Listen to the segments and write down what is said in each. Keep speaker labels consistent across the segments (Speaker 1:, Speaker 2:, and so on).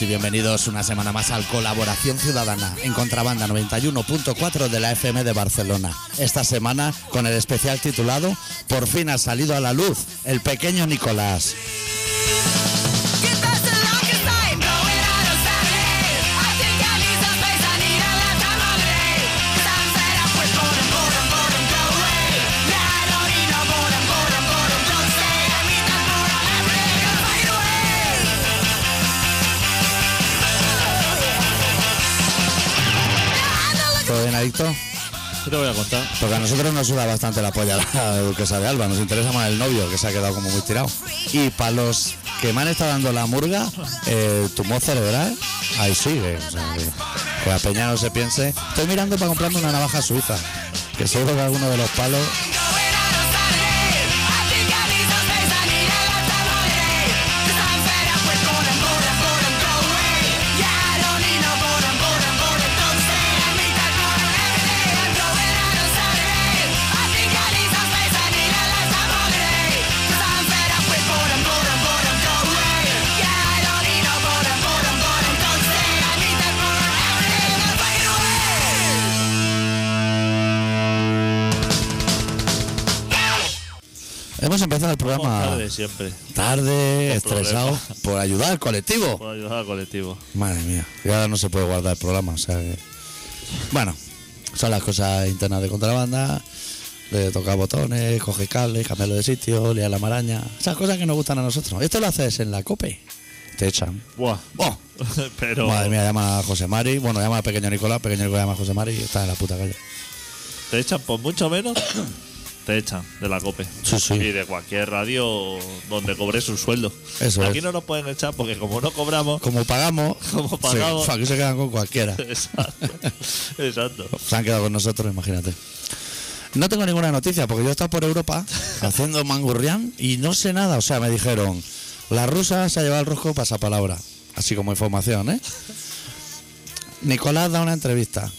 Speaker 1: y bienvenidos una semana más al Colaboración Ciudadana en Contrabanda 91.4 de la FM de Barcelona. Esta semana con el especial titulado Por fin ha salido a la luz el pequeño Nicolás. ¿Todo bien, adicto?
Speaker 2: ¿Qué te voy a contar?
Speaker 1: Porque a nosotros nos suda bastante la polla la duquesa de Alba, nos interesa más el novio que se ha quedado como muy tirado. Y para los que me han estado dando la murga, eh, tumor cerebral, ahí sigue. O sea, que, que la peña no se piense. Estoy mirando para comprarme una navaja suiza, que seguro que alguno de los palos Hemos empezado el programa
Speaker 2: Tarde siempre,
Speaker 1: tarde,
Speaker 2: Con
Speaker 1: estresado, por ayudar al colectivo.
Speaker 2: por ayudar al colectivo.
Speaker 1: Madre mía, y ahora no se puede guardar el programa, o sea que... Bueno, son las cosas internas de contrabanda, de tocar botones, coger cables, cambiarlo de sitio, liar la maraña, esas cosas que nos gustan a nosotros. Esto lo haces en la COPE, te echan.
Speaker 2: Buah.
Speaker 1: ¡Oh!
Speaker 2: Pero
Speaker 1: Madre mía, llama a José Mari, bueno, llama al pequeño Nicolás, pequeño Nicolás llama a José Mari y está en la puta calle.
Speaker 2: te echan por mucho menos, te echan de la COPE.
Speaker 1: Sí, sí.
Speaker 2: Y de cualquier radio donde cobres un sueldo.
Speaker 1: Eso
Speaker 2: Aquí
Speaker 1: es.
Speaker 2: no nos pueden echar porque como no cobramos...
Speaker 1: Como pagamos,
Speaker 2: Como
Speaker 1: se-
Speaker 2: pagamos.
Speaker 1: aquí se quedan con cualquiera.
Speaker 2: Exacto. Exacto.
Speaker 1: Se han quedado con nosotros, imagínate. No tengo ninguna noticia porque yo he estado por Europa haciendo mangurrián y no sé nada. O sea, me dijeron, la rusa se ha llevado el rosco pasapalabra. Así como información, ¿eh? Nicolás da una entrevista.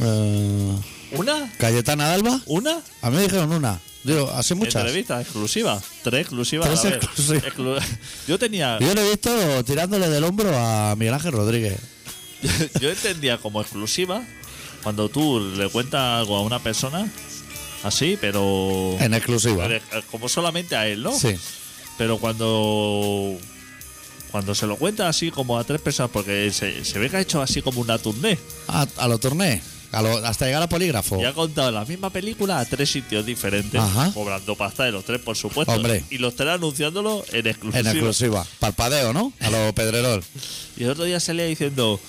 Speaker 1: Eh,
Speaker 2: ¿Una?
Speaker 1: Cayetana Dalba.
Speaker 2: ¿Una?
Speaker 1: A mí me dijeron una. Digo, así muchas.
Speaker 2: Entrevista exclusiva. Tres exclusivas
Speaker 1: Tres
Speaker 2: a la vez.
Speaker 1: exclusivas.
Speaker 2: Exclu- Yo tenía...
Speaker 1: Yo lo he visto tirándole del hombro a Miguel Ángel Rodríguez.
Speaker 2: Yo entendía como exclusiva cuando tú le cuentas algo a una persona así, pero...
Speaker 1: En exclusiva.
Speaker 2: Pero, eh, Como solamente a él, ¿no?
Speaker 1: Sí.
Speaker 2: Pero cuando. Cuando se lo cuenta así como a tres personas, porque se, se ve que ha hecho así como una turné.
Speaker 1: A, a lo torné. A lo- hasta llegar a polígrafo.
Speaker 2: Y ha contado la misma película a tres sitios diferentes.
Speaker 1: Oh. Ajá.
Speaker 2: Cobrando pasta de los tres, por supuesto.
Speaker 1: Hombre.
Speaker 2: Y los tres anunciándolo en exclusiva.
Speaker 1: En exclusiva. Parpadeo, ¿no? A lo pedrerol.
Speaker 2: Y el otro día salía diciendo.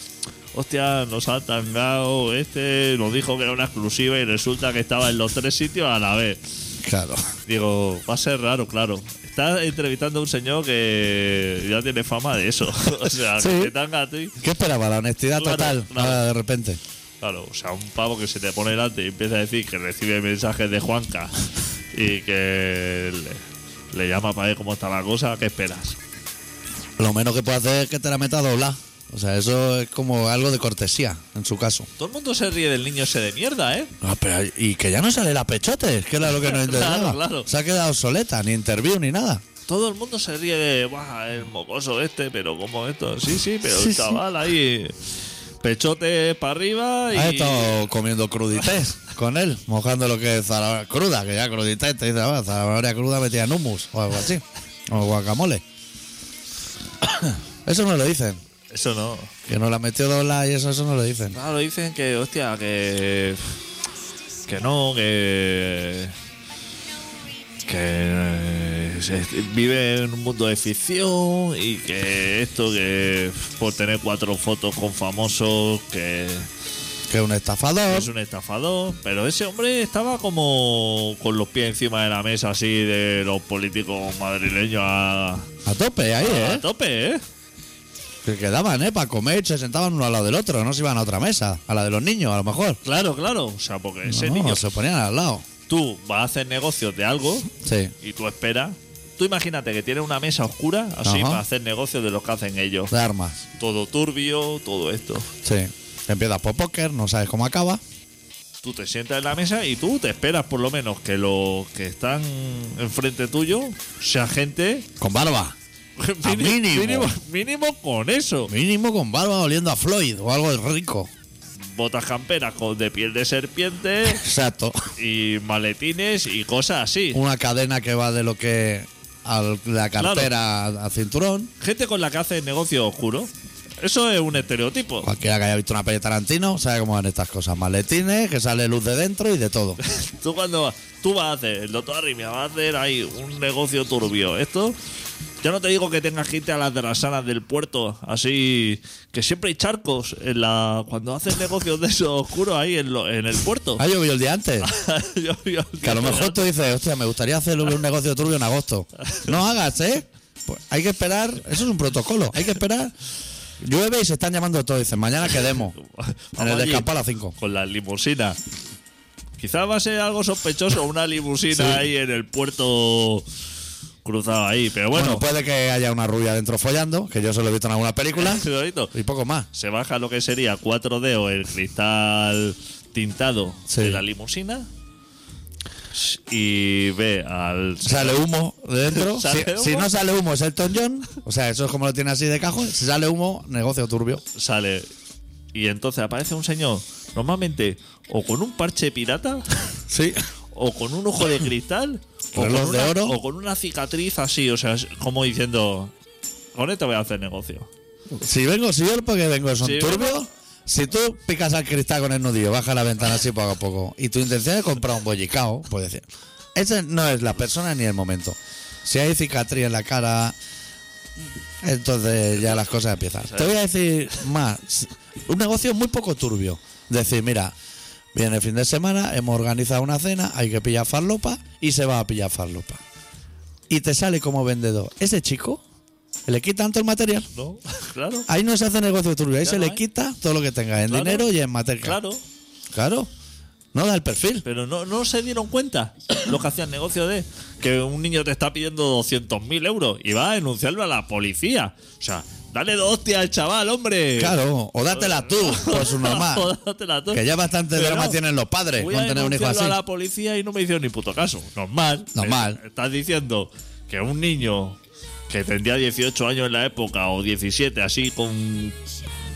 Speaker 2: Hostia, nos ha tangado este, nos dijo que era una exclusiva y resulta que estaba en los tres sitios a la vez.
Speaker 1: Claro.
Speaker 2: Digo, va a ser raro, claro. Está entrevistando a un señor que ya tiene fama de eso. o sea,
Speaker 1: Sí.
Speaker 2: que te tanga a ti.
Speaker 1: ¿Qué esperaba? La honestidad
Speaker 2: Claro,
Speaker 1: total.
Speaker 2: claro.
Speaker 1: Ahora de repente.
Speaker 2: Claro, o sea, un pavo que se te pone delante y empieza a decir que recibe mensajes de Juanca y que le, le llama para ver cómo está la cosa, ¿qué esperas?
Speaker 1: Lo menos que puede hacer es que te la meta a doblar. O sea, eso es como algo de cortesía, en su caso.
Speaker 2: Todo el mundo se ríe del niño ese de mierda, ¿eh?
Speaker 1: Ah, pero, y que ya no sale la pechote, es que era lo que nos
Speaker 2: Claro,
Speaker 1: interesaba.
Speaker 2: claro.
Speaker 1: Se ha quedado soleta, ni interview ni nada.
Speaker 2: Todo el mundo se ríe de, "Buah, el mocoso este, pero ¿cómo esto? Sí, sí, pero
Speaker 1: Sí,
Speaker 2: el
Speaker 1: sí.
Speaker 2: chaval ahí, pechote para arriba y...
Speaker 1: Ha estado comiendo crudités con él, mojando lo que es zanahoria cruda, que ya crudités te dice, ah, zanahoria cruda metida en hummus o algo así, o guacamole. Eso no lo dicen,
Speaker 2: Eso no.
Speaker 1: que nos la metió dobla y eso, eso no lo dicen.
Speaker 2: Claro, dicen que, hostia, que. Que no, que. Que. eh, se- vive en un mundo de ficción y que esto, que. Por tener cuatro fotos con famosos, que.
Speaker 1: Que un estafador,
Speaker 2: Es un estafador, pero ese hombre estaba como con los pies encima de la mesa, así de los políticos madrileños a,
Speaker 1: a tope ahí, ¿eh?
Speaker 2: a tope, ¿eh?
Speaker 1: Que quedaban, ¿eh? Para comer, se sentaban uno al lado del otro, no se iban a otra mesa, a la de los niños, a lo mejor.
Speaker 2: Claro, claro, o sea, porque ese
Speaker 1: No,
Speaker 2: niño,
Speaker 1: se ponían al lado.
Speaker 2: tú vas a hacer negocios de algo,
Speaker 1: Sí,
Speaker 2: y tú esperas. Tú imagínate que tiene una mesa oscura así
Speaker 1: Ajá.
Speaker 2: para hacer negocios de los que hacen ellos.
Speaker 1: de armas.
Speaker 2: Todo turbio, todo esto.
Speaker 1: Sí. Empiezas por póker, no sabes cómo acaba.
Speaker 2: Tú te sientas en la mesa y tú te esperas por lo menos que los que están enfrente tuyo sea gente
Speaker 1: Con barba. A mínimo.
Speaker 2: mínimo. mínimo con eso.
Speaker 1: Mínimo con barba oliendo a Floyd o algo rico.
Speaker 2: Botas camperas con- de piel de serpiente
Speaker 1: Exacto.
Speaker 2: y maletines y cosas así.
Speaker 1: Una cadena que va de lo que a la cartera a cinturón.
Speaker 2: Gente con la que hace negocio oscuro. Eso es un estereotipo.
Speaker 1: Cualquiera que haya visto una peli de Tarantino sabe cómo van estas cosas. Maletines, que sale luz de dentro y de todo.
Speaker 2: Tú cuando vas- tú vas a hacer, el doctor Arrimia va a hacer ahí un negocio turbio. Esto, ya no te digo que tengas que irte a las de las salas del puerto, así que siempre hay charcos en la cuando haces negocios de esos oscuros ahí en, lo- en el puerto.
Speaker 1: Ah, llovió el día antes.
Speaker 2: Yo- yo-
Speaker 1: Que a lo mejor tú dices, hostia, me gustaría hacer un negocio turbio en agosto. No hagas, ¿eh? Pues hay que esperar, eso es un protocolo, hay que esperar. Llueve y se están llamando todos, dicen, mañana quedemos. En
Speaker 2: Vamos
Speaker 1: el
Speaker 2: allí.
Speaker 1: descampo a las 5.
Speaker 2: Con la limusina. Quizás va a ser algo sospechoso una limusina
Speaker 1: Sí.
Speaker 2: ahí en el puerto cruzado ahí, pero bueno,
Speaker 1: Bueno, pues, puede que haya una rubia dentro follando, que yo se lo he visto en alguna película,
Speaker 2: cuidadito.
Speaker 1: y poco más.
Speaker 2: se baja lo que sería 4D o el cristal tintado
Speaker 1: Sí.
Speaker 2: de la limusina y ve al
Speaker 1: Sale humo de dentro.
Speaker 2: ¿Sale
Speaker 1: si,
Speaker 2: humo?
Speaker 1: si no sale humo es Elton John. O sea, eso es como lo tiene así de cajón. Si sale humo, negocio turbio.
Speaker 2: sale y entonces aparece un señor normalmente o con un parche pirata
Speaker 1: Sí.
Speaker 2: o con un ojo de cristal o con,
Speaker 1: Reloj de
Speaker 2: una,
Speaker 1: oro.
Speaker 2: o con una cicatriz así, o sea, es como diciendo con esto voy a hacer negocio.
Speaker 1: Si vengo, si yo porque vengo son
Speaker 2: Si
Speaker 1: turbio.
Speaker 2: vengo-
Speaker 1: Si tú picas al cristal con el nudillo, baja la ventana así poco a poco, y tu intención es comprar un bollicao, pues decir, esa no es la persona ni el momento. Si hay cicatriz en la cara, entonces ya las cosas empiezan. Te voy a decir más. Un negocio muy poco turbio. Decir, mira, viene el fin de semana, hemos organizado una cena, hay que pillar farlopa y se va a pillar farlopa. Y te sale como vendedor. Ese chico le quita tanto el material.
Speaker 2: ¿No? Claro.
Speaker 1: Ahí no se hace negocio turbio, ahí
Speaker 2: Ya
Speaker 1: se
Speaker 2: no
Speaker 1: le
Speaker 2: hay.
Speaker 1: quita todo lo que tenga en
Speaker 2: Claro.
Speaker 1: dinero y en materia.
Speaker 2: Claro.
Speaker 1: Claro. No da el perfil.
Speaker 2: Pero no, no se dieron cuenta los que hacían negocio de que un niño te está pidiendo 200.000 euros y va a denunciarlo a la policía. O sea, dale dos hostias al chaval, hombre.
Speaker 1: Claro, o dátela tú, por su normal.
Speaker 2: Dátela tú.
Speaker 1: Que ya bastante
Speaker 2: Pero
Speaker 1: drama
Speaker 2: no,
Speaker 1: tienen los padres
Speaker 2: voy
Speaker 1: con
Speaker 2: a
Speaker 1: tener un hijo así.
Speaker 2: denunciarlo a la policía y no me hicieron ni puto caso. Normal.
Speaker 1: Normal.
Speaker 2: Eh, Estás diciendo que un niño que tendría 18 años en la época o 17, así con,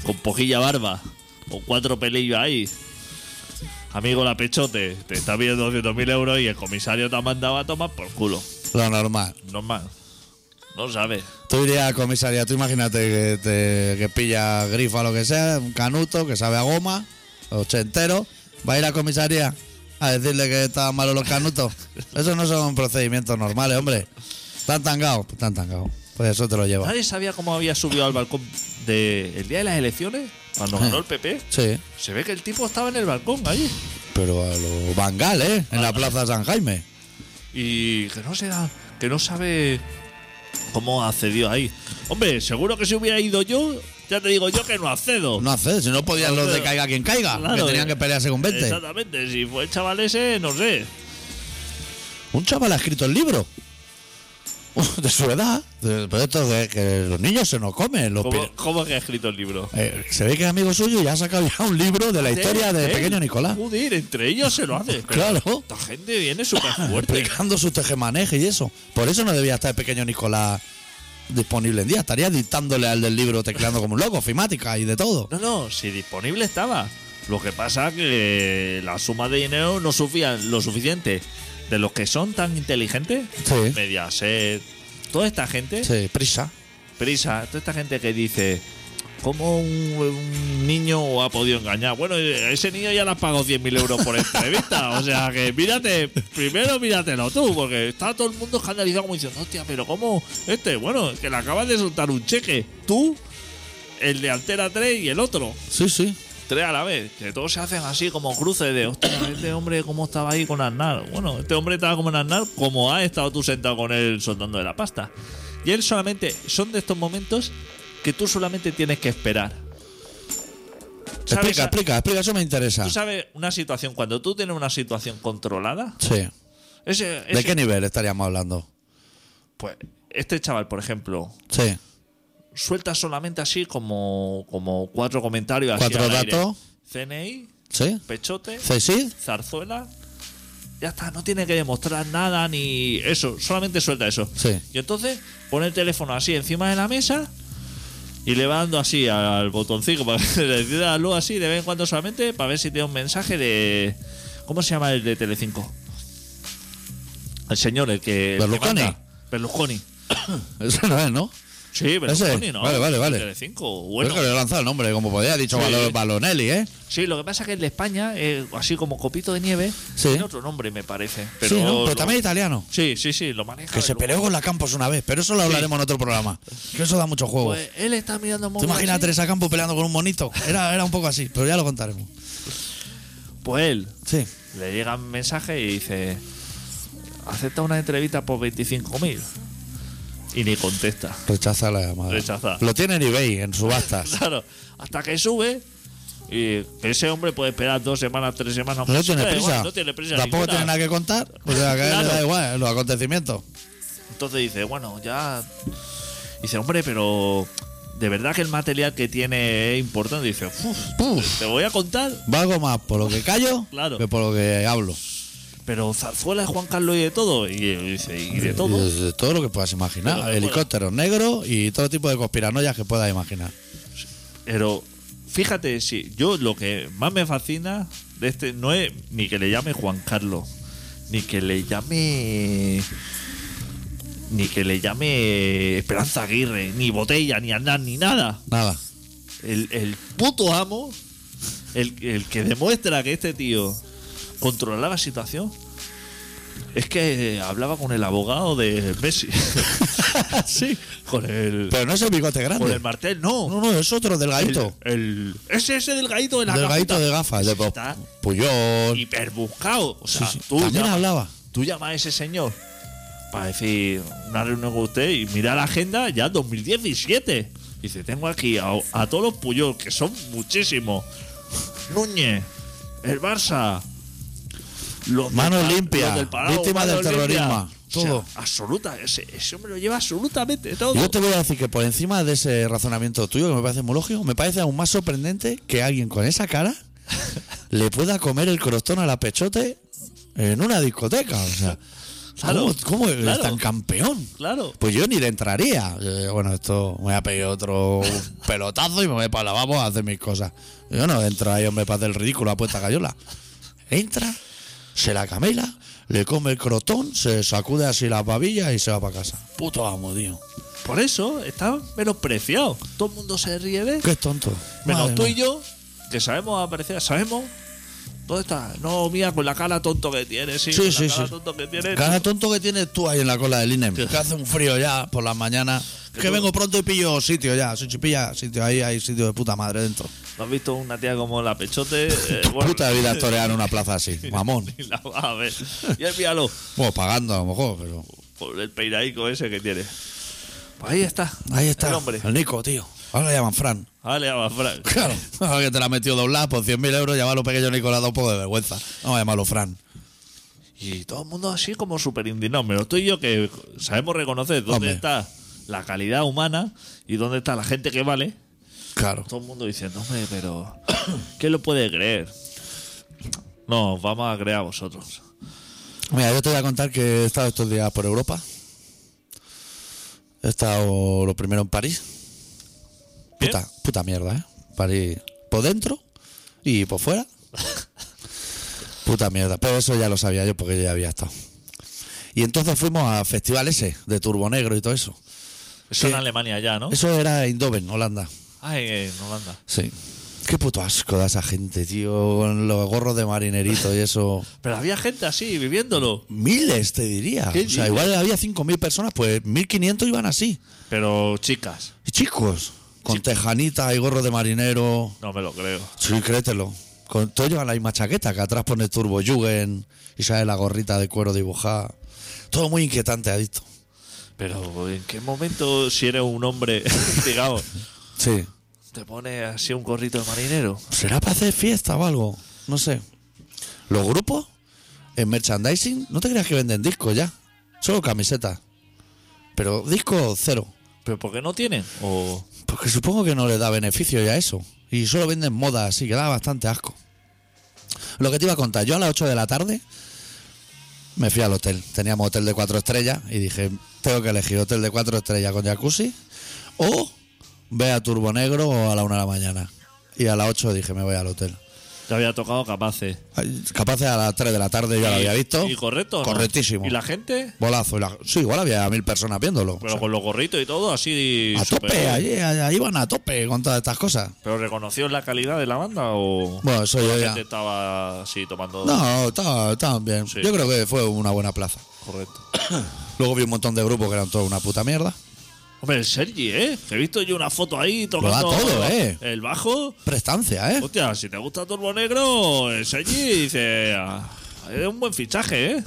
Speaker 2: con poquilla barba o cuatro pelillos ahí. Amigo la pechote, te está pidiendo 200.000 euros y el comisario te ha mandado a tomar por culo.
Speaker 1: Lo normal.
Speaker 2: Normal. No sabes.
Speaker 1: Tú irías a comisaría, tú imagínate que, te- que pilla grifa lo que sea, un canuto que sabe a goma, ochentero, va a ir a comisaría a decirle que estaban malos los canutos. Eso no son procedimientos normales, hombre. Están tangados, pues están tangados. Pues eso te lo lleva.
Speaker 2: Nadie sabía cómo había subido al balcón de el día de las elecciones, cuando
Speaker 1: Eh.
Speaker 2: ganó el PP.
Speaker 1: Sí,
Speaker 2: Se ve que el tipo estaba en el balcón allí.
Speaker 1: pero a los Bangal, ¿eh? En la plaza San Jaime.
Speaker 2: y que no se da, que no sabe cómo accedió ahí. Hombre, seguro que si hubiera ido yo, ya te digo yo que no accedo.
Speaker 1: No hace, si no podían los de caiga quien caiga, que
Speaker 2: Claro,
Speaker 1: tenían que pelearse con 20.
Speaker 2: Exactamente, si fue el chaval ese, no sé.
Speaker 1: Un chaval ha escrito el libro. De su edad. De- Pero esto de que los niños se nos comen. Los
Speaker 2: ¿Cómo,
Speaker 1: pi-
Speaker 2: cómo que ha escrito el libro?
Speaker 1: Eh, se ve que es amigo suyo y ha sacado ya un libro de la historia de
Speaker 2: Él,
Speaker 1: pequeño
Speaker 2: él,
Speaker 1: Nicolás.
Speaker 2: ¿Eh? Joder, entre ellos se lo hace. Pero
Speaker 1: Claro.
Speaker 2: Esta gente viene súper fuerte.
Speaker 1: Explicando su tejemaneje y eso. Por eso no debía estar el pequeño Nicolás disponible en día. Estaría dictándole al del libro, tecleando como un loco, ofimática y de todo.
Speaker 2: No, no, si disponible estaba. Lo que pasa que la suma de dinero no sufría lo suficiente de los que son tan inteligentes.
Speaker 1: Sí.
Speaker 2: Mediaset, toda esta gente.
Speaker 1: Sí, prisa.
Speaker 2: prisa, toda esta gente que dice, ¿cómo un, un niño ha podido engañar? Bueno, ese niño ya le has pagado 100.000 euros por entrevista, o sea que mírate, primero míratelo tú, porque está todo el mundo escandalizado como diciendo, hostia, pero ¿cómo este? Bueno, que le acabas de soltar un cheque, tú, el de Altera 3 y el otro.
Speaker 1: Sí, sí.
Speaker 2: Tres a la vez, que todos se hacen así como cruces de, hostia, este hombre cómo estaba ahí con Aznar. Bueno, este hombre estaba como en Aznar, como has estado tú sentado con él soltando de la pasta. Y él solamente, son de estos momentos que tú solamente tienes que esperar. ¿Sabes?
Speaker 1: Explica, explica, explica, eso me interesa.
Speaker 2: Tú sabes una situación, cuando tú tienes una situación controlada,
Speaker 1: Sí.
Speaker 2: ese,
Speaker 1: ¿De
Speaker 2: ese-
Speaker 1: qué nivel estaríamos hablando?
Speaker 2: pues, este chaval, por ejemplo,
Speaker 1: Sí.
Speaker 2: suelta solamente así como, como cuatro comentarios. así
Speaker 1: Cuatro
Speaker 2: al aire.
Speaker 1: datos.
Speaker 2: CNI,
Speaker 1: ¿Sí?
Speaker 2: Pechote,
Speaker 1: ¿Cesid?
Speaker 2: Zarzuela ya está, no tiene que demostrar nada ni eso, solamente suelta eso.
Speaker 1: Sí.
Speaker 2: Y entonces pone el teléfono así encima de la mesa y le va dando así al botoncito para que le decida algo así de vez en cuando solamente para ver si tiene un mensaje de. ¿Cómo se llama el de Telecinco? El señor, el que. el que
Speaker 1: Berlusconi.
Speaker 2: manda. Berlusconi.
Speaker 1: Eso no es, ¿no?
Speaker 2: Sí, Berlusconi, ¿no?
Speaker 1: Vale, vale, vale.
Speaker 2: Telecinco,
Speaker 1: Bueno.
Speaker 2: bueno.
Speaker 1: que le he lanzado el nombre, como podía, ha dicho
Speaker 2: Sí.
Speaker 1: Balo- Balonelli, ¿eh?
Speaker 2: Sí, lo que pasa es que el de España, eh, así como copito de nieve,
Speaker 1: Sí.
Speaker 2: tiene otro nombre, me parece. Pero,
Speaker 1: sí, ¿no?
Speaker 2: lo-
Speaker 1: pero también es italiano.
Speaker 2: Sí, sí, sí, lo maneja.
Speaker 1: Que se
Speaker 2: Berlusconi.
Speaker 1: peleó con la Campos una vez, pero eso lo hablaremos en otro programa. Que eso da mucho juego.
Speaker 2: Pues él está mirando el
Speaker 1: ¿Te
Speaker 2: móvil
Speaker 1: imaginas a
Speaker 2: así.
Speaker 1: Teresa Campos peleando con un monito? Era, era un poco así, pero ya lo contaremos.
Speaker 2: Pues él
Speaker 1: Sí.
Speaker 2: le llega un mensaje y dice: acepta una entrevista por 25.000. Y ni contesta.
Speaker 1: Rechaza la llamada.
Speaker 2: Rechaza.
Speaker 1: Lo tiene en eBay, en subastas.
Speaker 2: Claro, hasta que sube. Y ese hombre puede esperar dos semanas, tres semanas.
Speaker 1: No
Speaker 2: pues,
Speaker 1: tiene
Speaker 2: da igual,
Speaker 1: prisa.
Speaker 2: no tiene prisa.
Speaker 1: Tampoco
Speaker 2: ninguna.
Speaker 1: tiene nada que contar. O sea, que a él le da
Speaker 2: Claro.
Speaker 1: igual los acontecimientos.
Speaker 2: Entonces dice, bueno, ya. Dice, hombre, pero. De verdad que el material que tiene es importante. Dice, "Uf,
Speaker 1: Uf.
Speaker 2: te voy a contar.
Speaker 1: Valgo más por lo que callo
Speaker 2: Claro.
Speaker 1: que por lo que hablo.
Speaker 2: Pero zarzuela es Juan Carlos y de todo. Y, dice, y de todo.
Speaker 1: Y de todo lo que puedas imaginar.
Speaker 2: Todo lo que
Speaker 1: Helicópteros negros y todo tipo de conspiranoias que puedas imaginar.
Speaker 2: Pero fíjate, si yo lo que más me fascina de este no es ni que le llame Juan Carlos, ni que le llame. Ni que le llame Esperanza Aguirre, ni Botella, ni Andar, ni nada.
Speaker 1: Nada.
Speaker 2: El, el puto amo, el, el que demuestra que este tío controlaba la situación, es que eh, hablaba con el abogado de Messi. sí. Con el,
Speaker 1: Pero no es el bigote
Speaker 2: con el
Speaker 1: grande.
Speaker 2: martel, no.
Speaker 1: No, no, es otro delgadito.
Speaker 2: El, el- ese es el delgadito de la
Speaker 1: delgadito
Speaker 2: gafuta.
Speaker 1: de gafas. De po-
Speaker 2: Está
Speaker 1: Puyol.
Speaker 2: hiperbuscado. O sea,
Speaker 1: Sí, sí.
Speaker 2: tú,
Speaker 1: También
Speaker 2: llamas-
Speaker 1: hablaba.
Speaker 2: tú llamas a ese señor para decir una reunión con usted y mira la agenda ya 2017. Dice, tengo aquí a, a todos los Puyol, que son muchísimos. Núñez, el Barça. Los
Speaker 1: Mano
Speaker 2: del Pa-
Speaker 1: limpia,
Speaker 2: los Palau,
Speaker 1: víctima
Speaker 2: mano
Speaker 1: del terrorismo,
Speaker 2: O sea,
Speaker 1: todo.
Speaker 2: absoluta, ese, ese hombre lo lleva absolutamente todo.
Speaker 1: Yo te voy a decir que por encima de ese razonamiento tuyo, que me parece muy lógico, me parece aún más sorprendente que alguien con esa cara le pueda comer el crostón a la pechote en una discoteca. O sea,
Speaker 2: Claro,
Speaker 1: ¿cómo, cómo eres
Speaker 2: claro.
Speaker 1: tan campeón?
Speaker 2: Claro.
Speaker 1: Pues yo ni le entraría. Eh, bueno, esto me voy a pedir otro pelotazo y me voy para la vamos a hacer mis cosas. Yo no entro ahí, hombre, para hacer el ridículo a puesta gallola. Entra, se la camela, le come el crotón, se sacude así las babillas y se va para casa. Puto amo, tío.
Speaker 2: Por eso está menospreciado. Todo el mundo se ríe de él.
Speaker 1: Qué tonto.
Speaker 2: Menos
Speaker 1: Madre
Speaker 2: tú
Speaker 1: mía.
Speaker 2: y yo, que sabemos aparecer, sabemos. ¿Dónde está? No, mira, con la cara tonto que tiene, sí.
Speaker 1: Sí,
Speaker 2: con
Speaker 1: sí,
Speaker 2: la cara
Speaker 1: sí.
Speaker 2: tonto que tiene.
Speaker 1: Cada tonto que tienes tú ahí en la cola del INEM. Que hace un frío ya por las mañanas. Que
Speaker 2: tú-
Speaker 1: vengo pronto y pillo sitio ya. Si pilla sitio ahí, hay sitio de puta madre dentro.
Speaker 2: ¿No has visto una tía como la pechote? Eh,
Speaker 1: Tu
Speaker 2: bueno,
Speaker 1: puta vida torear en una plaza así, mamón.
Speaker 2: ni la vas a ver. Y él míralo,
Speaker 1: Bueno, pagando a lo mejor, pero.
Speaker 2: por el peinadico ese que tiene. Pues ahí está.
Speaker 1: Ahí está.
Speaker 2: El hombre.
Speaker 1: El Nico, tío. Ahora lo llaman Fran.
Speaker 2: Vale, va, Fran.
Speaker 1: Claro. Ahora que te la ha metido doblar por 100.000 euros, llamarlo pequeño Nicolás da un poco de vergüenza. Vamos a llamarlo Fran.
Speaker 2: Y todo el mundo así como súper indignado. Menos tú y yo que sabemos reconocer dónde
Speaker 1: Hombre.
Speaker 2: está la calidad humana y dónde está la gente que vale.
Speaker 1: Claro.
Speaker 2: Todo el mundo diciendo, hombre, pero ¿quién lo puede creer? No, os vamos a creer a vosotros.
Speaker 1: Mira, yo te voy a contar que he estado estos días por Europa. He estado lo primero en París.
Speaker 2: ¿Bien?
Speaker 1: Puta, puta mierda, ¿eh? París por dentro y por fuera. puta mierda. Pero eso ya lo sabía yo porque yo ya había estado. Y entonces fuimos a festival ese de Turbo Negro y todo eso.
Speaker 2: Eso en
Speaker 1: Sí.
Speaker 2: Alemania ya, ¿no?
Speaker 1: Eso era Eindhoven, Holanda.
Speaker 2: Ay, eh, en Holanda.
Speaker 1: Sí. Qué puto asco da esa gente, tío, con los gorros de marinerito y eso.
Speaker 2: Pero había gente así, viviéndolo.
Speaker 1: Miles, te diría. O
Speaker 2: ¿Qué
Speaker 1: sea,
Speaker 2: dices?
Speaker 1: igual había 5.000 personas, pues 1.500 iban así.
Speaker 2: Pero chicas,
Speaker 1: Y chicos, con tejanita y gorro de marinero.
Speaker 2: no me lo creo.
Speaker 1: Sí, créetelo. Con, todos llevan la misma chaqueta, que atrás pone Turbo Jugend y sale la gorrita de cuero dibujada. Todo muy inquietante, adicto.
Speaker 2: Pero ¿en qué momento, si eres un hombre, digamos,
Speaker 1: Sí.
Speaker 2: te pones así un gorrito de marinero?
Speaker 1: ¿Será para hacer fiesta o algo? No sé. ¿Los grupos? ¿En merchandising? ¿No te creas que venden discos ya? Solo camisetas. Pero disco cero.
Speaker 2: ¿Pero por qué no tienen? O...
Speaker 1: Porque supongo que no les da beneficio ya eso. Y solo venden moda, así que da bastante asco. Lo que te iba a contar, yo a las 8 de la tarde me fui al hotel. Teníamos hotel de cuatro estrellas y dije, tengo que elegir hotel de cuatro estrellas con jacuzzi o ve a Turbo Negro a la una de la mañana. Y a las 8 dije, me voy al hotel.
Speaker 2: Te había tocado capaces.
Speaker 1: Ay, Capaces a las 3 de la tarde ya lo había visto.
Speaker 2: ¿Y correcto? o no?
Speaker 1: Correctísimo.
Speaker 2: ¿Y la gente?
Speaker 1: Bolazo. y la- sí, igual había mil personas viéndolo. O
Speaker 2: Pero
Speaker 1: sea,
Speaker 2: con los gorritos y todo, así.
Speaker 1: a
Speaker 2: super-
Speaker 1: tope, allí, allá iban a tope con todas estas cosas.
Speaker 2: ¿Pero reconoció la calidad de la banda o.?
Speaker 1: Bueno, eso yo
Speaker 2: la
Speaker 1: ya.
Speaker 2: gente estaba así tomando.
Speaker 1: No, estaban estaban bien.
Speaker 2: Sí.
Speaker 1: Yo creo que fue una buena plaza.
Speaker 2: Correcto.
Speaker 1: Luego vi un montón de grupos que eran toda una puta mierda.
Speaker 2: Hombre, el Sergi, ¿eh? He visto yo una foto ahí tocando.
Speaker 1: todo, ¿eh?
Speaker 2: El bajo.
Speaker 1: Prestancia, ¿eh?
Speaker 2: Hostia, si te gusta Turbo Negro, el Sergi dice. "Ah, Es un buen fichaje, ¿eh?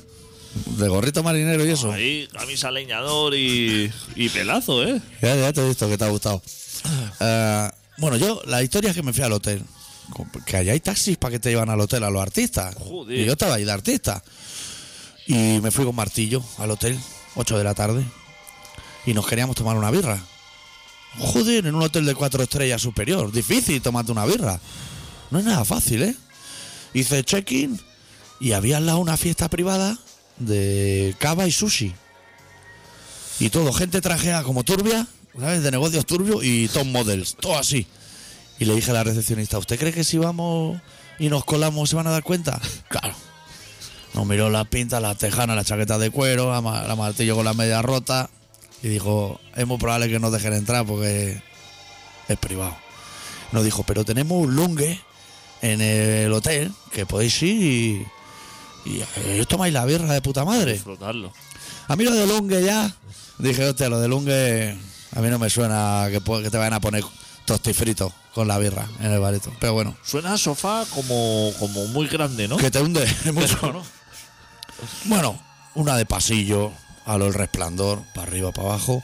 Speaker 1: De gorrito marinero y eso.
Speaker 2: Ahí, camisa leñador y, y pelazo, ¿eh?
Speaker 1: Ya, ya te he visto que te ha gustado. Eh, bueno, yo, la historia es que me fui al hotel. Com- Que allá hay taxis para que te llevan al hotel a los artistas.
Speaker 2: Joder.
Speaker 1: Y yo estaba ahí de artista. Y me fui con martillo al hotel, 8 de la tarde. Y nos queríamos tomar una birra. Joder, en un hotel de cuatro estrellas superior. Difícil tomarte una birra. No es nada fácil, ¿eh? Hice check-in y había al lado una fiesta privada de cava y sushi. Y todo, gente trajeada como turbia, ¿sabes? De negocios turbios y top models, todo así. Y le dije a la recepcionista, ¿usted cree que si vamos y nos colamos se van a dar cuenta? Claro. Nos miró la pinta, las tejanas, la chaqueta de cuero, la, ma- la martillo con la media rota. Y dijo, es muy probable que nos dejen entrar porque es privado. Nos dijo, pero tenemos un lungue en el hotel que podéis ir y, y eh, tomáis la birra de puta madre.
Speaker 2: Disfrutarlo.
Speaker 1: A mí lo de Lungue ya. Dije, hostia, lo de Lungue. A mí no me suena que, po- que te vayan a poner tostifrito con la birra en el bareto. Pero bueno,
Speaker 2: Suena a sofá como, como muy grande, ¿no?
Speaker 1: que te hunde mucho, ¿no? Bueno, una de pasillo, a lo el resplandor, para arriba, para abajo.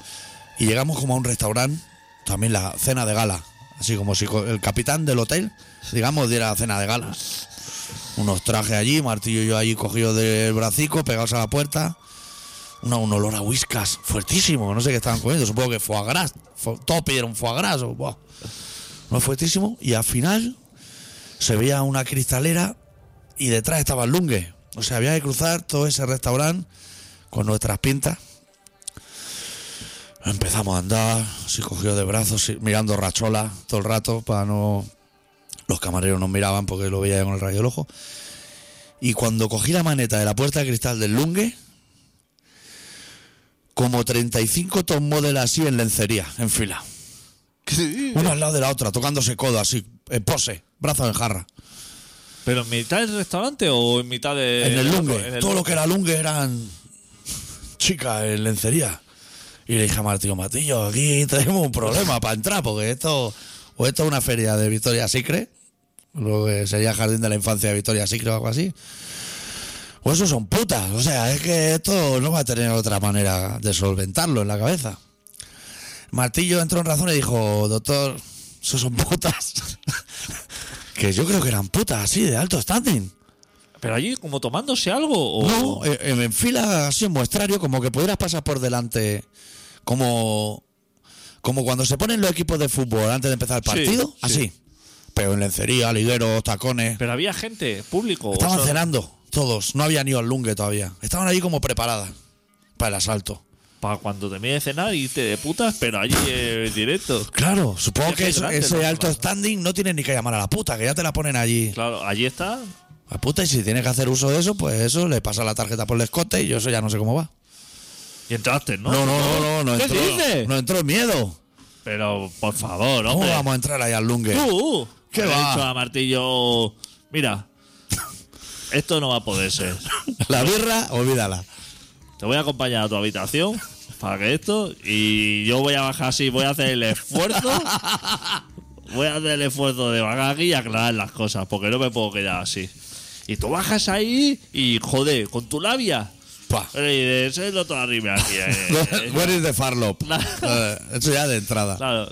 Speaker 1: Y llegamos como a un restaurante, también la cena de gala. Así como si co- el capitán del hotel, digamos, diera la cena de gala. Unos trajes allí, Martillo y yo allí cogidos del bracico, pegados a la puerta. Una, un olor a whiskas fuertísimo, no sé qué estaban comiendo, supongo que foie gras, fo- todos pidieron foie gras, o, buah. no fuertísimo, y al final se veía una cristalera y detrás estaba el lungue. O sea, había que cruzar todo ese restaurante con nuestras pintas. Empezamos a andar, así cogió de brazos, así, mirando rachola todo el rato para no... Los camareros nos miraban porque lo veía con el rayo del ojo. Y cuando cogí la maneta de la puerta de cristal del lungue, como 35 top model así en lencería, en fila. Una al lado de la otra, tocándose codo así, en pose, brazos en jarra.
Speaker 2: ¿Pero en mitad del restaurante o en mitad de.?
Speaker 1: en el lungue.
Speaker 2: en el-
Speaker 1: Todo lo que era lungue eran chicas en lencería. Y le dije a Martillo, Matillo, aquí tenemos un problema para entrar, porque esto o esto es una feria de Victoria Sicre, lo que sería Jardín de la Infancia de Victoria Sicre o algo así, o eso son putas. O sea, es que esto no va a tener otra manera de solventarlo en la cabeza. Martillo entró en razón y dijo, doctor, eso son putas. que yo creo que eran putas así, de alto standing.
Speaker 2: ¿Pero allí como tomándose algo? O...
Speaker 1: No, eh, eh, en fila así en muestrario, como que pudieras pasar por delante, como, como cuando se ponen los equipos de fútbol antes de empezar el
Speaker 2: Sí,
Speaker 1: partido,
Speaker 2: sí.
Speaker 1: así. Pero en lencería, ligueros, tacones.
Speaker 2: Pero había gente, público.
Speaker 1: Estaban
Speaker 2: o sea,
Speaker 1: cenando todos, no había ni al lungue todavía. Estaban allí como preparadas para el asalto.
Speaker 2: Para cuando termine de cenar y te de putas, pero allí eh, directo.
Speaker 1: Claro, supongo
Speaker 2: Es que
Speaker 1: que
Speaker 2: es
Speaker 1: eso-
Speaker 2: grande,
Speaker 1: ese
Speaker 2: ¿no?
Speaker 1: alto standing no tienen ni que llamar a la puta, que ya te la ponen allí.
Speaker 2: Claro, allí está.
Speaker 1: La puta, y si tienes que hacer uso de eso, pues eso, le pasa la tarjeta por el escote y yo eso ya no sé cómo va.
Speaker 2: Y entraste, ¿no?
Speaker 1: No, no, no, no, no
Speaker 2: ¿Qué
Speaker 1: entró,
Speaker 2: dices?
Speaker 1: no entró miedo.
Speaker 2: Pero, por favor,
Speaker 1: ¿Cómo
Speaker 2: hombre.
Speaker 1: vamos a entrar ahí al lungue?
Speaker 2: Tú,
Speaker 1: ¿Qué
Speaker 2: le he
Speaker 1: va?
Speaker 2: dicho a Martillo, mira, esto no va a poder ser.
Speaker 1: La birra, olvídala.
Speaker 2: Te voy a acompañar a tu habitación para que esto, y yo voy a bajar así, voy a hacer el esfuerzo. Voy a hacer el esfuerzo de bajar aquí y aclarar las cosas, porque no me puedo quedar así. Y tú bajas ahí y, joder, con tu labia.
Speaker 1: Pa.
Speaker 2: Y dices, "Es lo todo arriba aquí. eh".
Speaker 1: Where is the farlop?
Speaker 2: Claro.
Speaker 1: Eh, Eso ya de entrada.
Speaker 2: Claro.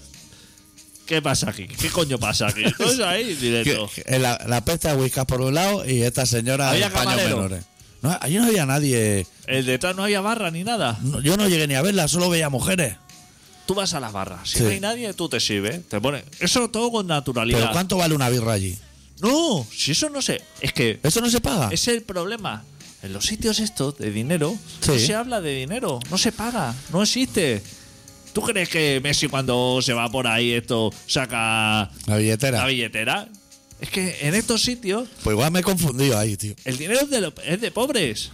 Speaker 2: ¿Qué pasa aquí? ¿Qué coño pasa aquí? Entonces ahí, directo.
Speaker 1: Que- que La, la pesta de whiskas por un lado y esta señora
Speaker 2: Había
Speaker 1: en paños
Speaker 2: camarero.
Speaker 1: menores. No, allí no había nadie.
Speaker 2: El detrás no había barra ni nada.
Speaker 1: No, yo no llegué ni a verla, solo veía mujeres.
Speaker 2: Tú vas a las barras. Si
Speaker 1: Sí.
Speaker 2: no hay nadie, tú te sirves. Te pones. Eso todo con
Speaker 1: Pero
Speaker 2: naturalidad.
Speaker 1: ¿cuánto vale una birra allí?
Speaker 2: no, si eso no sé. Es que
Speaker 1: Eso no se paga.
Speaker 2: ese es el problema. En los sitios estos de dinero, no
Speaker 1: Sí.
Speaker 2: se habla de dinero, no se paga, no existe. ¿Tú crees que Messi cuando se va por ahí esto saca
Speaker 1: La billetera.
Speaker 2: la billetera? Es que en estos sitios
Speaker 1: Pues igual me he confundido ahí, tío.
Speaker 2: el dinero es de, lo- es de pobres.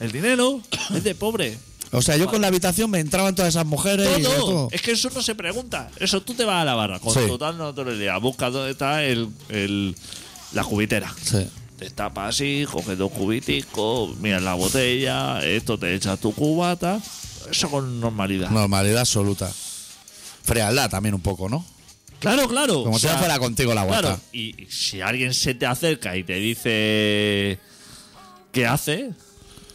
Speaker 2: El dinero es de pobres.
Speaker 1: O sea, yo con la habitación me entraban todas esas mujeres y de
Speaker 2: Todo.
Speaker 1: todo.
Speaker 2: Es que eso no se pregunta. Eso tú te vas a la barra con
Speaker 1: Sí.
Speaker 2: total naturalidad. Busca dónde está el, el- la cubitera.
Speaker 1: Sí.
Speaker 2: Te tapas así, coges dos cubiticos, miras la botella, esto te echas tu cubata. Eso con normalidad.
Speaker 1: Normalidad absoluta. Frealdad también un poco, ¿no?
Speaker 2: Claro, claro.
Speaker 1: Como si ya fuera contigo la guata.
Speaker 2: Claro. Y si alguien se te acerca y te dice qué hace,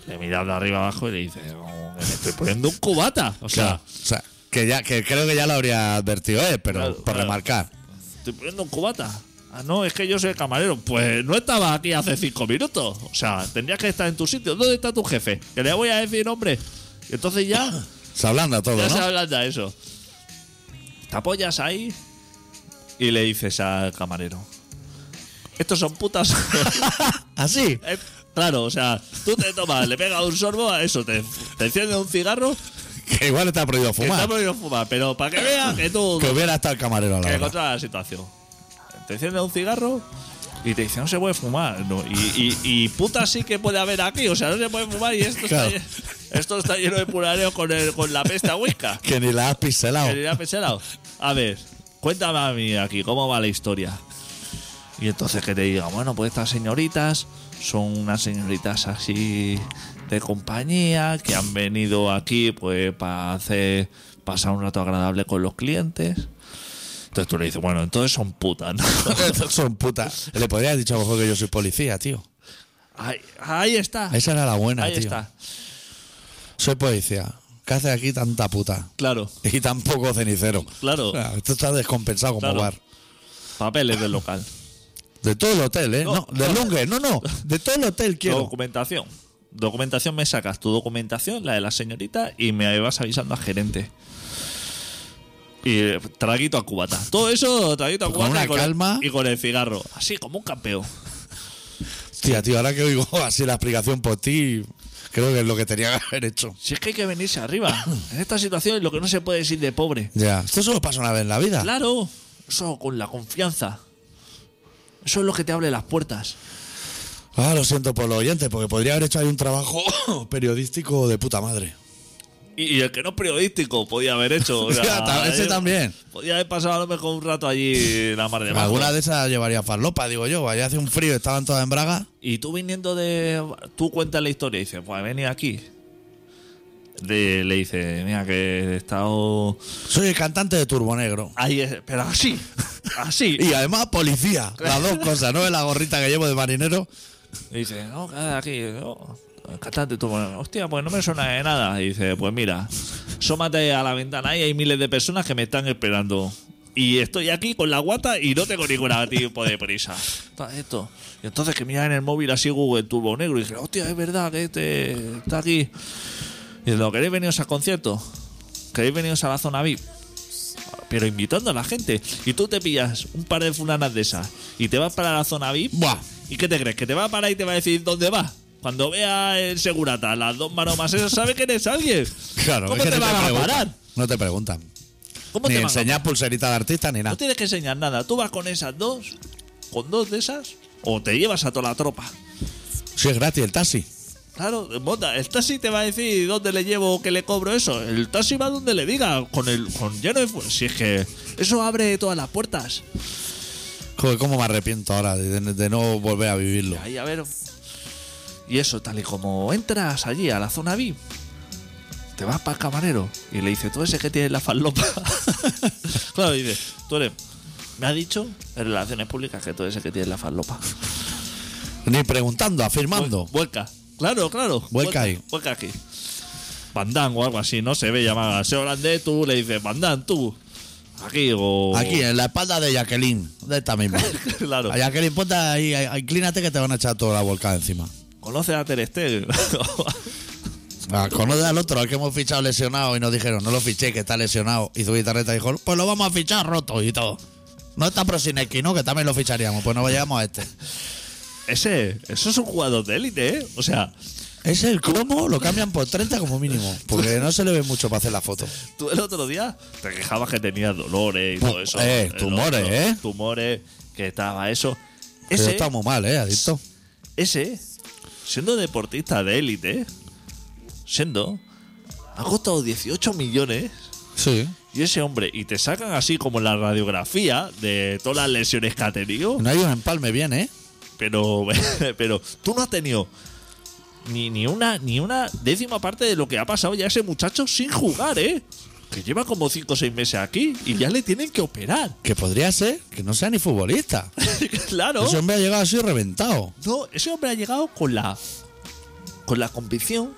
Speaker 2: le miras de arriba abajo y le dices, "Oh, que me estoy poniendo un cubata. O sea,
Speaker 1: Claro. O sea, que ya, que creo que ya lo habría advertido, ¿eh? Pero
Speaker 2: Claro,
Speaker 1: por
Speaker 2: claro.
Speaker 1: remarcar.
Speaker 2: Estoy poniendo un cubata. Ah, no, es que yo soy camarero. Pues no estaba aquí hace cinco minutos. O sea, tendrías que estar en tu sitio. ¿Dónde está tu jefe? Que le voy a decir, hombre. Y entonces ya,
Speaker 1: Se ablanda todo,
Speaker 2: ya
Speaker 1: ¿no?
Speaker 2: se ablanda eso. Te apoyas ahí y le dices al camarero. Estos son putas.
Speaker 1: Así.
Speaker 2: Eh, claro, o sea, tú te tomas, le pegas un sorbo a eso, te, te enciendes un cigarro,
Speaker 1: Que igual está prohibido
Speaker 2: que está
Speaker 1: fumar.
Speaker 2: prohibido fumar, pero para que veas que tú
Speaker 1: Que hubiera estado el camarero a la
Speaker 2: que
Speaker 1: hora.
Speaker 2: controla la situación. Te enciende un cigarro y te dice, no se puede fumar. No, y, y, y puta sí que puede haber aquí, o sea, no se puede fumar y esto,
Speaker 1: Claro.
Speaker 2: está, lle- esto está lleno de purareo con, el- con la pesta huisca.
Speaker 1: Que ni la has piselado.
Speaker 2: Que dirá Pechelao, A ver, cuéntame a mí aquí, ¿cómo va la historia? Y entonces que te diga, bueno, pues estas señoritas son unas señoritas así de compañía que han venido aquí pues para hacer pasar un rato agradable con los clientes. Entonces tú le dices, bueno, entonces son putas, ¿no?
Speaker 1: Son putas. Le podría haber dicho a lo mejor que yo soy policía, tío.
Speaker 2: ahí, ahí está.
Speaker 1: Esa era la buena,
Speaker 2: ahí
Speaker 1: tío.
Speaker 2: está.
Speaker 1: Soy policía. ¿Qué hace aquí tanta puta?
Speaker 2: Claro,
Speaker 1: Y tampoco cenicero.
Speaker 2: Claro.
Speaker 1: Ah, Esto está descompensado como
Speaker 2: Claro.
Speaker 1: bar.
Speaker 2: papeles del local.
Speaker 1: De todo el hotel, ¿eh?
Speaker 2: No,
Speaker 1: No, de
Speaker 2: no.
Speaker 1: Lungue, no, no. De todo el hotel quiero.
Speaker 2: Documentación. Documentación me sacas tu documentación, la de la señorita, y me vas avisando al gerente. Y eh, traguito a cubata. Todo eso, traguito a
Speaker 1: Con
Speaker 2: cubata.
Speaker 1: una
Speaker 2: y el-
Speaker 1: calma.
Speaker 2: y con el cigarro. Así como un campeón.
Speaker 1: Tía, tío, ahora que oigo así la explicación por ti, creo que es lo que tenía que haber hecho.
Speaker 2: Si es que hay que venirse arriba. En esta situación lo que no se puede decir de pobre.
Speaker 1: Ya. Esto solo pasa una vez en la vida.
Speaker 2: Claro. Eso con la confianza. Eso es lo que te abre las puertas.
Speaker 1: Ah, lo siento por los oyentes, porque podría haber hecho ahí un trabajo periodístico de puta madre.
Speaker 2: Y, y el que no es periodístico podía haber hecho. o sea,
Speaker 1: Ya, ta- ese
Speaker 2: eh,
Speaker 1: también.
Speaker 2: Podía haber pasado a lo mejor un rato allí la mar de bajo.
Speaker 1: Alguna de esas llevaría farlopa, digo yo. Allá hace un frío, estaban todas en braga.
Speaker 2: Y tú viniendo de. Tú cuentas la historia y dices, pues vení aquí. De- le dices, mira, que he estado.
Speaker 1: Soy el cantante de Turbo Negro.
Speaker 2: Ahí, es- pero así, así.
Speaker 1: Y además policía. Las dos cosas, ¿no? Es la gorrita que llevo de marinero.
Speaker 2: Y dice, no, quédate aquí. no, el cantante, tú, bueno, hostia, pues no me suena de nada. Y dice, pues mira, sómate a la ventana y hay miles de personas que me están esperando. Y estoy aquí con la guata y no tengo ningún tipo de prisa. Está Esto. Y entonces que mira en el móvil así Google Turbo Negro y dije, hostia, es verdad que este está aquí. Y dice, ¿queréis veniros al concierto? ¿Queréis veniros a la zona VIP? Pero invitando a la gente. Y tú te pillas un par de fulanas de esas y te vas para la zona VIP.
Speaker 1: Buah.
Speaker 2: ¿Y qué te crees? ¿Que te va a parar y te va a decir dónde vas? Cuando vea el segurata las dos maromas esas, sabe que eres alguien.
Speaker 1: Claro,
Speaker 2: ¿Cómo
Speaker 1: es que
Speaker 2: te
Speaker 1: no
Speaker 2: van a
Speaker 1: preguntan.
Speaker 2: parar?
Speaker 1: No te preguntan.
Speaker 2: ¿Cómo
Speaker 1: Ni
Speaker 2: te van a
Speaker 1: enseñar pulserita de artista ni
Speaker 2: No
Speaker 1: nada.
Speaker 2: tienes que enseñar nada. Tú vas con esas dos, con dos de esas, o te llevas a toda la tropa.
Speaker 1: Si es gratis el taxi.
Speaker 2: Claro, monta, el taxi te va a decir dónde le llevo, que le cobro eso. El taxi va donde le diga, con el con lleno de fu- Si es que eso abre todas las puertas.
Speaker 1: Joder, cómo me arrepiento ahora de, de no volver a vivirlo.
Speaker 2: Ahí a ver. Y eso, tal y como entras allí a la zona VIP, te vas para el camarero y le dice, tú ese que tienes la falopa. claro, dice, tú eres. Me ha dicho en relaciones públicas que tú eres el que tienes la falopa.
Speaker 1: Ni preguntando, afirmando.
Speaker 2: Vuelca. Claro, claro.
Speaker 1: Vuelca ahí.
Speaker 2: Vuelca aquí. Bandán o algo así, no se ve llamada. Se holandés, tú le dices, Bandán, tú. Aquí o.
Speaker 1: Aquí, eh. en la espalda de Jacqueline, de esta misma.
Speaker 2: Claro.
Speaker 1: A Jacqueline, ponte ahí, ahí, inclínate que te van a echar toda la volcada encima.
Speaker 2: Conoces a Ter Stegen.
Speaker 1: Ah, Conoce al otro, al que hemos fichado lesionado y nos dijeron, no lo fiché, que está lesionado. Y su guitarreta dijo, pues lo vamos a fichar roto y todo. No está Prosinecki, ¿no? Que también lo ficharíamos, pues no llegamos a este.
Speaker 2: Ese, eso es un jugador de élite, ¿eh? O sea,
Speaker 1: Es el cromo, lo cambian por 30 como mínimo. Porque no se le ve mucho para hacer la foto.
Speaker 2: tú el otro día te quejabas que tenías dolores y
Speaker 1: Pu-
Speaker 2: todo eso.
Speaker 1: eh,
Speaker 2: El
Speaker 1: tumores, ¿eh?
Speaker 2: Tumores, que estaba eso.
Speaker 1: Pero
Speaker 2: Ese,
Speaker 1: está muy mal, ¿eh, adicto?
Speaker 2: ese, siendo deportista de élite, siendo, ha costado 18 millones.
Speaker 1: Sí.
Speaker 2: Y ese hombre, y te sacan así como la radiografía de todas las lesiones que ha tenido.
Speaker 1: No hay un empalme bien, ¿eh?
Speaker 2: Pero, pero tú no has tenido ni, ni, una, ni una décima parte de lo que ha pasado ya ese muchacho sin jugar, ¿eh? Que lleva como 5 o 6 meses aquí y ya le tienen que operar.
Speaker 1: Que podría ser que no sea ni futbolista.
Speaker 2: claro.
Speaker 1: Ese hombre ha llegado así reventado.
Speaker 2: No, ese hombre ha llegado con la. con la convicción.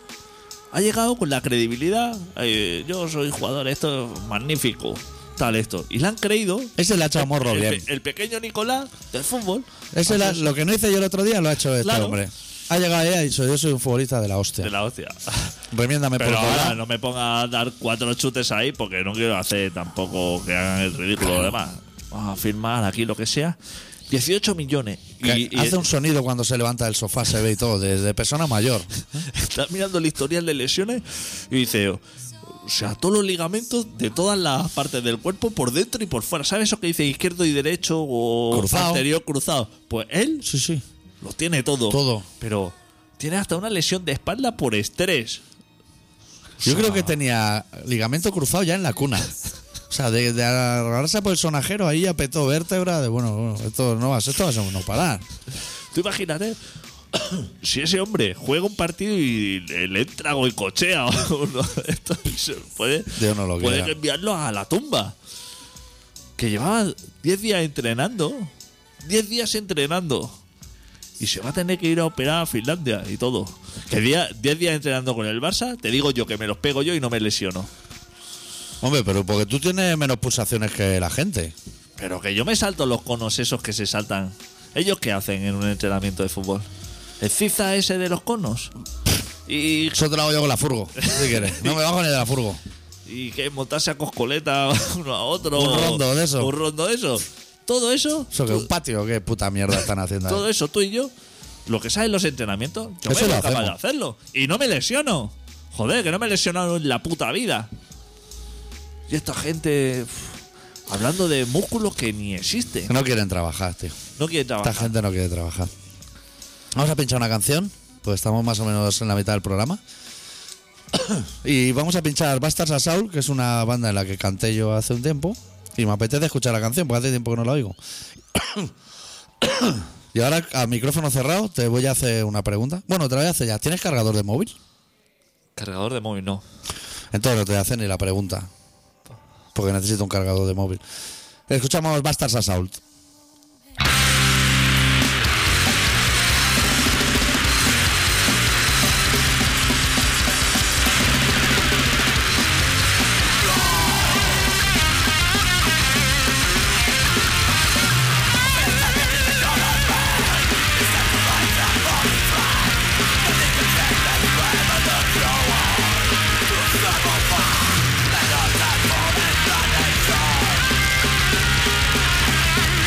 Speaker 2: Ha llegado con la credibilidad. eh, yo soy jugador, esto es magnífico. Tal, esto. Y le han creído.
Speaker 1: Ese le ha echado morro
Speaker 2: el,
Speaker 1: bien.
Speaker 2: pe- el pequeño Nicolás del fútbol.
Speaker 1: Ese la- lo que no hice yo el otro día lo ha hecho este
Speaker 2: Claro.
Speaker 1: hombre. Ha llegado ahí y ha dicho, yo soy un futbolista de la hostia.
Speaker 2: De la hostia.
Speaker 1: Remiéndame por
Speaker 2: Pero
Speaker 1: todos
Speaker 2: ahora
Speaker 1: lados.
Speaker 2: no me ponga a dar cuatro chutes ahí porque no quiero hacer tampoco que hagan el ridículo lo demás. Vamos a firmar aquí lo que sea. 18 millones.
Speaker 1: Que
Speaker 2: Y, y-
Speaker 1: hace un sonido cuando se levanta del sofá, se ve y todo, desde persona mayor.
Speaker 2: está mirando el historial de lesiones y dice, o sea, todos los ligamentos de todas las partes del cuerpo por dentro y por fuera. ¿Sabes eso que dice izquierdo y derecho o
Speaker 1: Cruzado.
Speaker 2: anterior cruzado? Pues él
Speaker 1: Sí, sí.
Speaker 2: lo tiene todo.
Speaker 1: Todo.
Speaker 2: Pero tiene hasta una lesión de espalda por estrés.
Speaker 1: Yo creo
Speaker 2: Ah.
Speaker 1: que tenía ligamento cruzado ya en la cuna. O sea, de, de agarrarse por el sonajero ahí ya petó vértebra de bueno, bueno, esto no va a ser, esto va a ser un no parar.
Speaker 2: Tú imagínate si ese hombre juega un partido y le le entra goicochea o uno de estos, se puede,
Speaker 1: Dios no lo
Speaker 2: puede
Speaker 1: quiera.
Speaker 2: enviarlo a la tumba. Que llevaba 10 días entrenando, 10 días entrenando. Y se va a tener que ir a operar a Finlandia y todo. Que día- 10 días entrenando con el Barça, te digo yo que me los pego yo y no me lesiono.
Speaker 1: Hombre, pero porque tú tienes menos pulsaciones que la gente.
Speaker 2: Pero que yo me salto los conos esos que se saltan. ¿Ellos qué hacen en un entrenamiento de fútbol? ¿El ciza ese de los conos? Y,
Speaker 1: Eso te lo hago yo con la furgo, si quieres. No me bajo ni de la furgo.
Speaker 2: y que montarse a coscoleta uno a otro.
Speaker 1: Un rondo de eso.
Speaker 2: Un rondo de eso. Todo eso.
Speaker 1: Eso que
Speaker 2: tú-
Speaker 1: un patio, qué puta mierda están haciendo. ahí.
Speaker 2: todo eso, tú y yo. Lo que sabes los entrenamientos, yo
Speaker 1: Eso
Speaker 2: me
Speaker 1: lo
Speaker 2: veo capaz de
Speaker 1: hacemos.
Speaker 2: hacerlo. Y no me lesiono. Joder, que no me he lesionado en la puta vida. Y esta gente. uf, hablando de músculos que ni existen.
Speaker 1: Que no quieren trabajar, tío.
Speaker 2: No quiere
Speaker 1: Esta
Speaker 2: trabajar.
Speaker 1: gente no quiere trabajar. Vamos a pinchar una canción, pues estamos más o menos en la mitad del programa. y vamos a pinchar Bastards a Saul, que es una banda en la que canté yo hace un tiempo. Y me apetece escuchar la canción, porque hace tiempo que no la oigo. y ahora, a micrófono cerrado, te voy a hacer una pregunta. Bueno, te la voy a hacer ya. ¿Tienes cargador de móvil?
Speaker 2: Cargador de móvil, no.
Speaker 1: Entonces no te hacen ni la pregunta. Porque necesito un cargador de móvil. Escuchamos Bastards Assault.
Speaker 3: Thank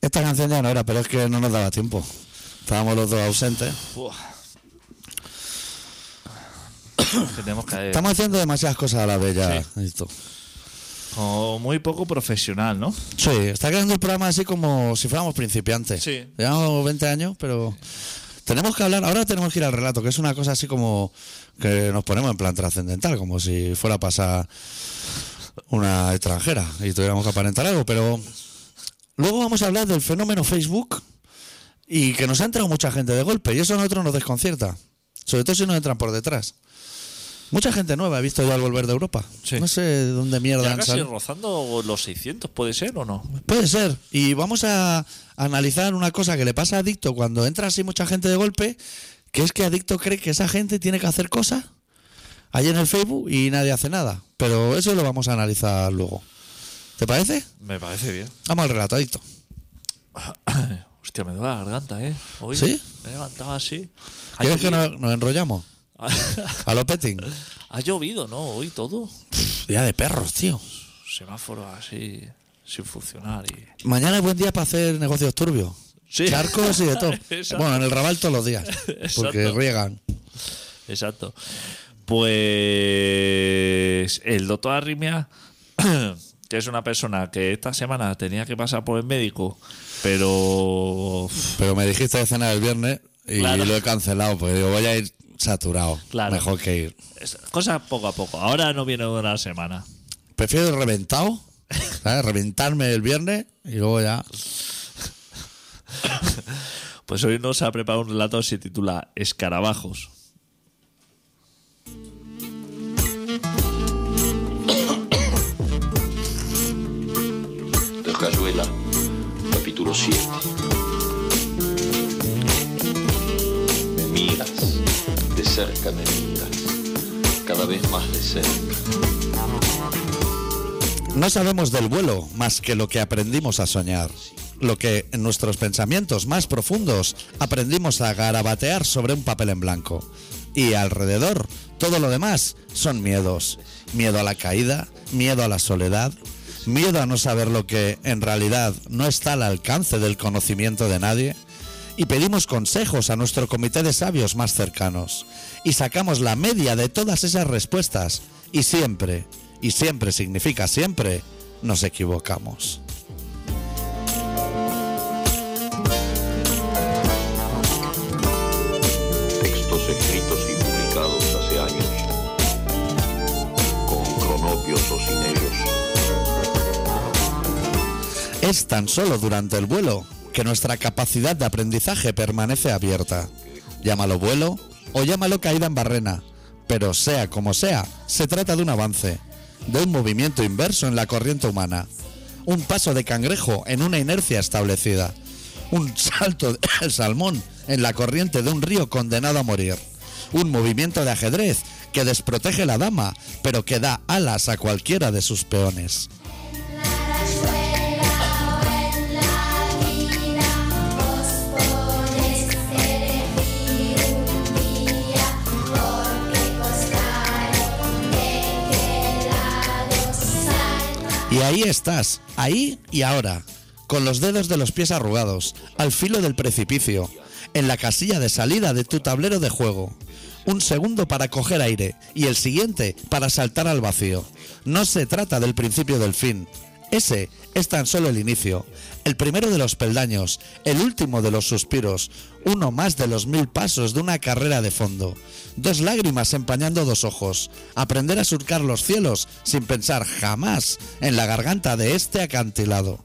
Speaker 1: esta canción ya no era, pero es que no nos daba tiempo. Estábamos los dos ausentes.
Speaker 2: Buah. que tenemos que.
Speaker 1: Estamos haciendo demasiadas cosas a la vez ya. esto.
Speaker 2: Como muy poco profesional, ¿no?
Speaker 1: Sí, está quedando el programa así como si fuéramos principiantes.
Speaker 2: Sí.
Speaker 1: Llevamos 20 años, pero tenemos que hablar, ahora tenemos que ir al relato, que es una cosa así como que nos ponemos en plan trascendental, como si fuera a pasar una extranjera y tuviéramos que aparentar algo, pero luego vamos a hablar del fenómeno Facebook y que nos ha entrado mucha gente de golpe y eso a nosotros nos desconcierta, sobre todo si nos entran por detrás. Mucha gente nueva he visto yo al volver de Europa.
Speaker 2: Sí.
Speaker 1: No sé de dónde mierda
Speaker 2: Ya
Speaker 1: han
Speaker 2: casi
Speaker 1: salido.
Speaker 2: rozando los 600, ¿puede ser o no?
Speaker 1: Puede ser. Y vamos a analizar una cosa que le pasa a Adicto cuando entra así mucha gente de golpe, que es que Adicto cree que esa gente tiene que hacer cosas ahí en el Facebook y nadie hace nada. Pero eso lo vamos a analizar luego. ¿Te parece?
Speaker 2: Me parece bien.
Speaker 1: Vamos al relato, Adicto.
Speaker 2: Hostia, me duele la garganta, ¿eh? Hoy
Speaker 1: ¿Sí?
Speaker 2: Me he levantado así. Ha
Speaker 1: ¿Quieres que
Speaker 2: llovido.
Speaker 1: nos, nos enrollamos? A los petting.
Speaker 2: ha llovido, ¿no? Hoy todo.
Speaker 1: Día de perros, tío.
Speaker 2: Semáforo así, sin funcionar. Y...
Speaker 1: Mañana es buen día para hacer negocios turbios.
Speaker 2: Sí.
Speaker 1: Charcos y de todo.
Speaker 2: Exacto.
Speaker 1: Bueno, en el rabal todos los días. Porque
Speaker 2: Exacto.
Speaker 1: riegan.
Speaker 2: Exacto. Pues el doctor Arrimia, que es una persona que esta semana tenía que pasar por el médico, pero
Speaker 1: Pero me dijiste de cenar el viernes y
Speaker 2: Claro.
Speaker 1: lo he cancelado porque digo, voy a ir saturado.
Speaker 2: Claro.
Speaker 1: Mejor que ir.
Speaker 2: es- cosas poco a poco. Ahora no viene de una semana.
Speaker 1: Prefiero ir reventado, ¿sabes? Reventarme el viernes y luego ya.
Speaker 2: Pues hoy nos ha preparado un relato que se titula Escarabajos.
Speaker 3: Rayuela, capítulo 7. Me miras, de cerca me miras, cada vez más de cerca.
Speaker 1: No sabemos del vuelo más que lo que aprendimos a soñar. Lo que en nuestros pensamientos más profundos aprendimos a garabatear sobre un papel en blanco. Y alrededor, todo lo demás son miedos. Miedo a la caída, miedo a la soledad, miedo a no saber lo que en realidad no está al alcance del conocimiento de nadie. y pedimos consejos a nuestro comité de sabios más cercanos. Y sacamos la media de todas esas respuestas. Y siempre, y siempre significa siempre, nos equivocamos.
Speaker 3: Textos escritos y publicados hace años, con cronopios o sin ellos.
Speaker 1: Es tan solo durante el vuelo que nuestra capacidad de aprendizaje permanece abierta. Llámalo vuelo o llámalo caída en barrena, pero sea como sea, se trata de un avance, de un movimiento inverso en la corriente humana, un paso de cangrejo en una inercia establecida, un salto del salmón en la corriente de un río condenado a morir, un movimiento de ajedrez que desprotege la dama, pero que da alas a cualquiera de sus peones. Y ahí estás, ahí y ahora, con los dedos de los pies arrugados, al filo del precipicio, en la casilla de salida de tu tablero de juego. Un segundo para coger aire y el siguiente para saltar al vacío. No se trata del principio del fin. Ese es tan solo el inicio, el primero de los peldaños, el último de los suspiros, uno más de los mil pasos de una carrera de fondo, dos lágrimas empañando dos ojos, aprender a surcar los cielos sin pensar jamás en la garganta de este acantilado.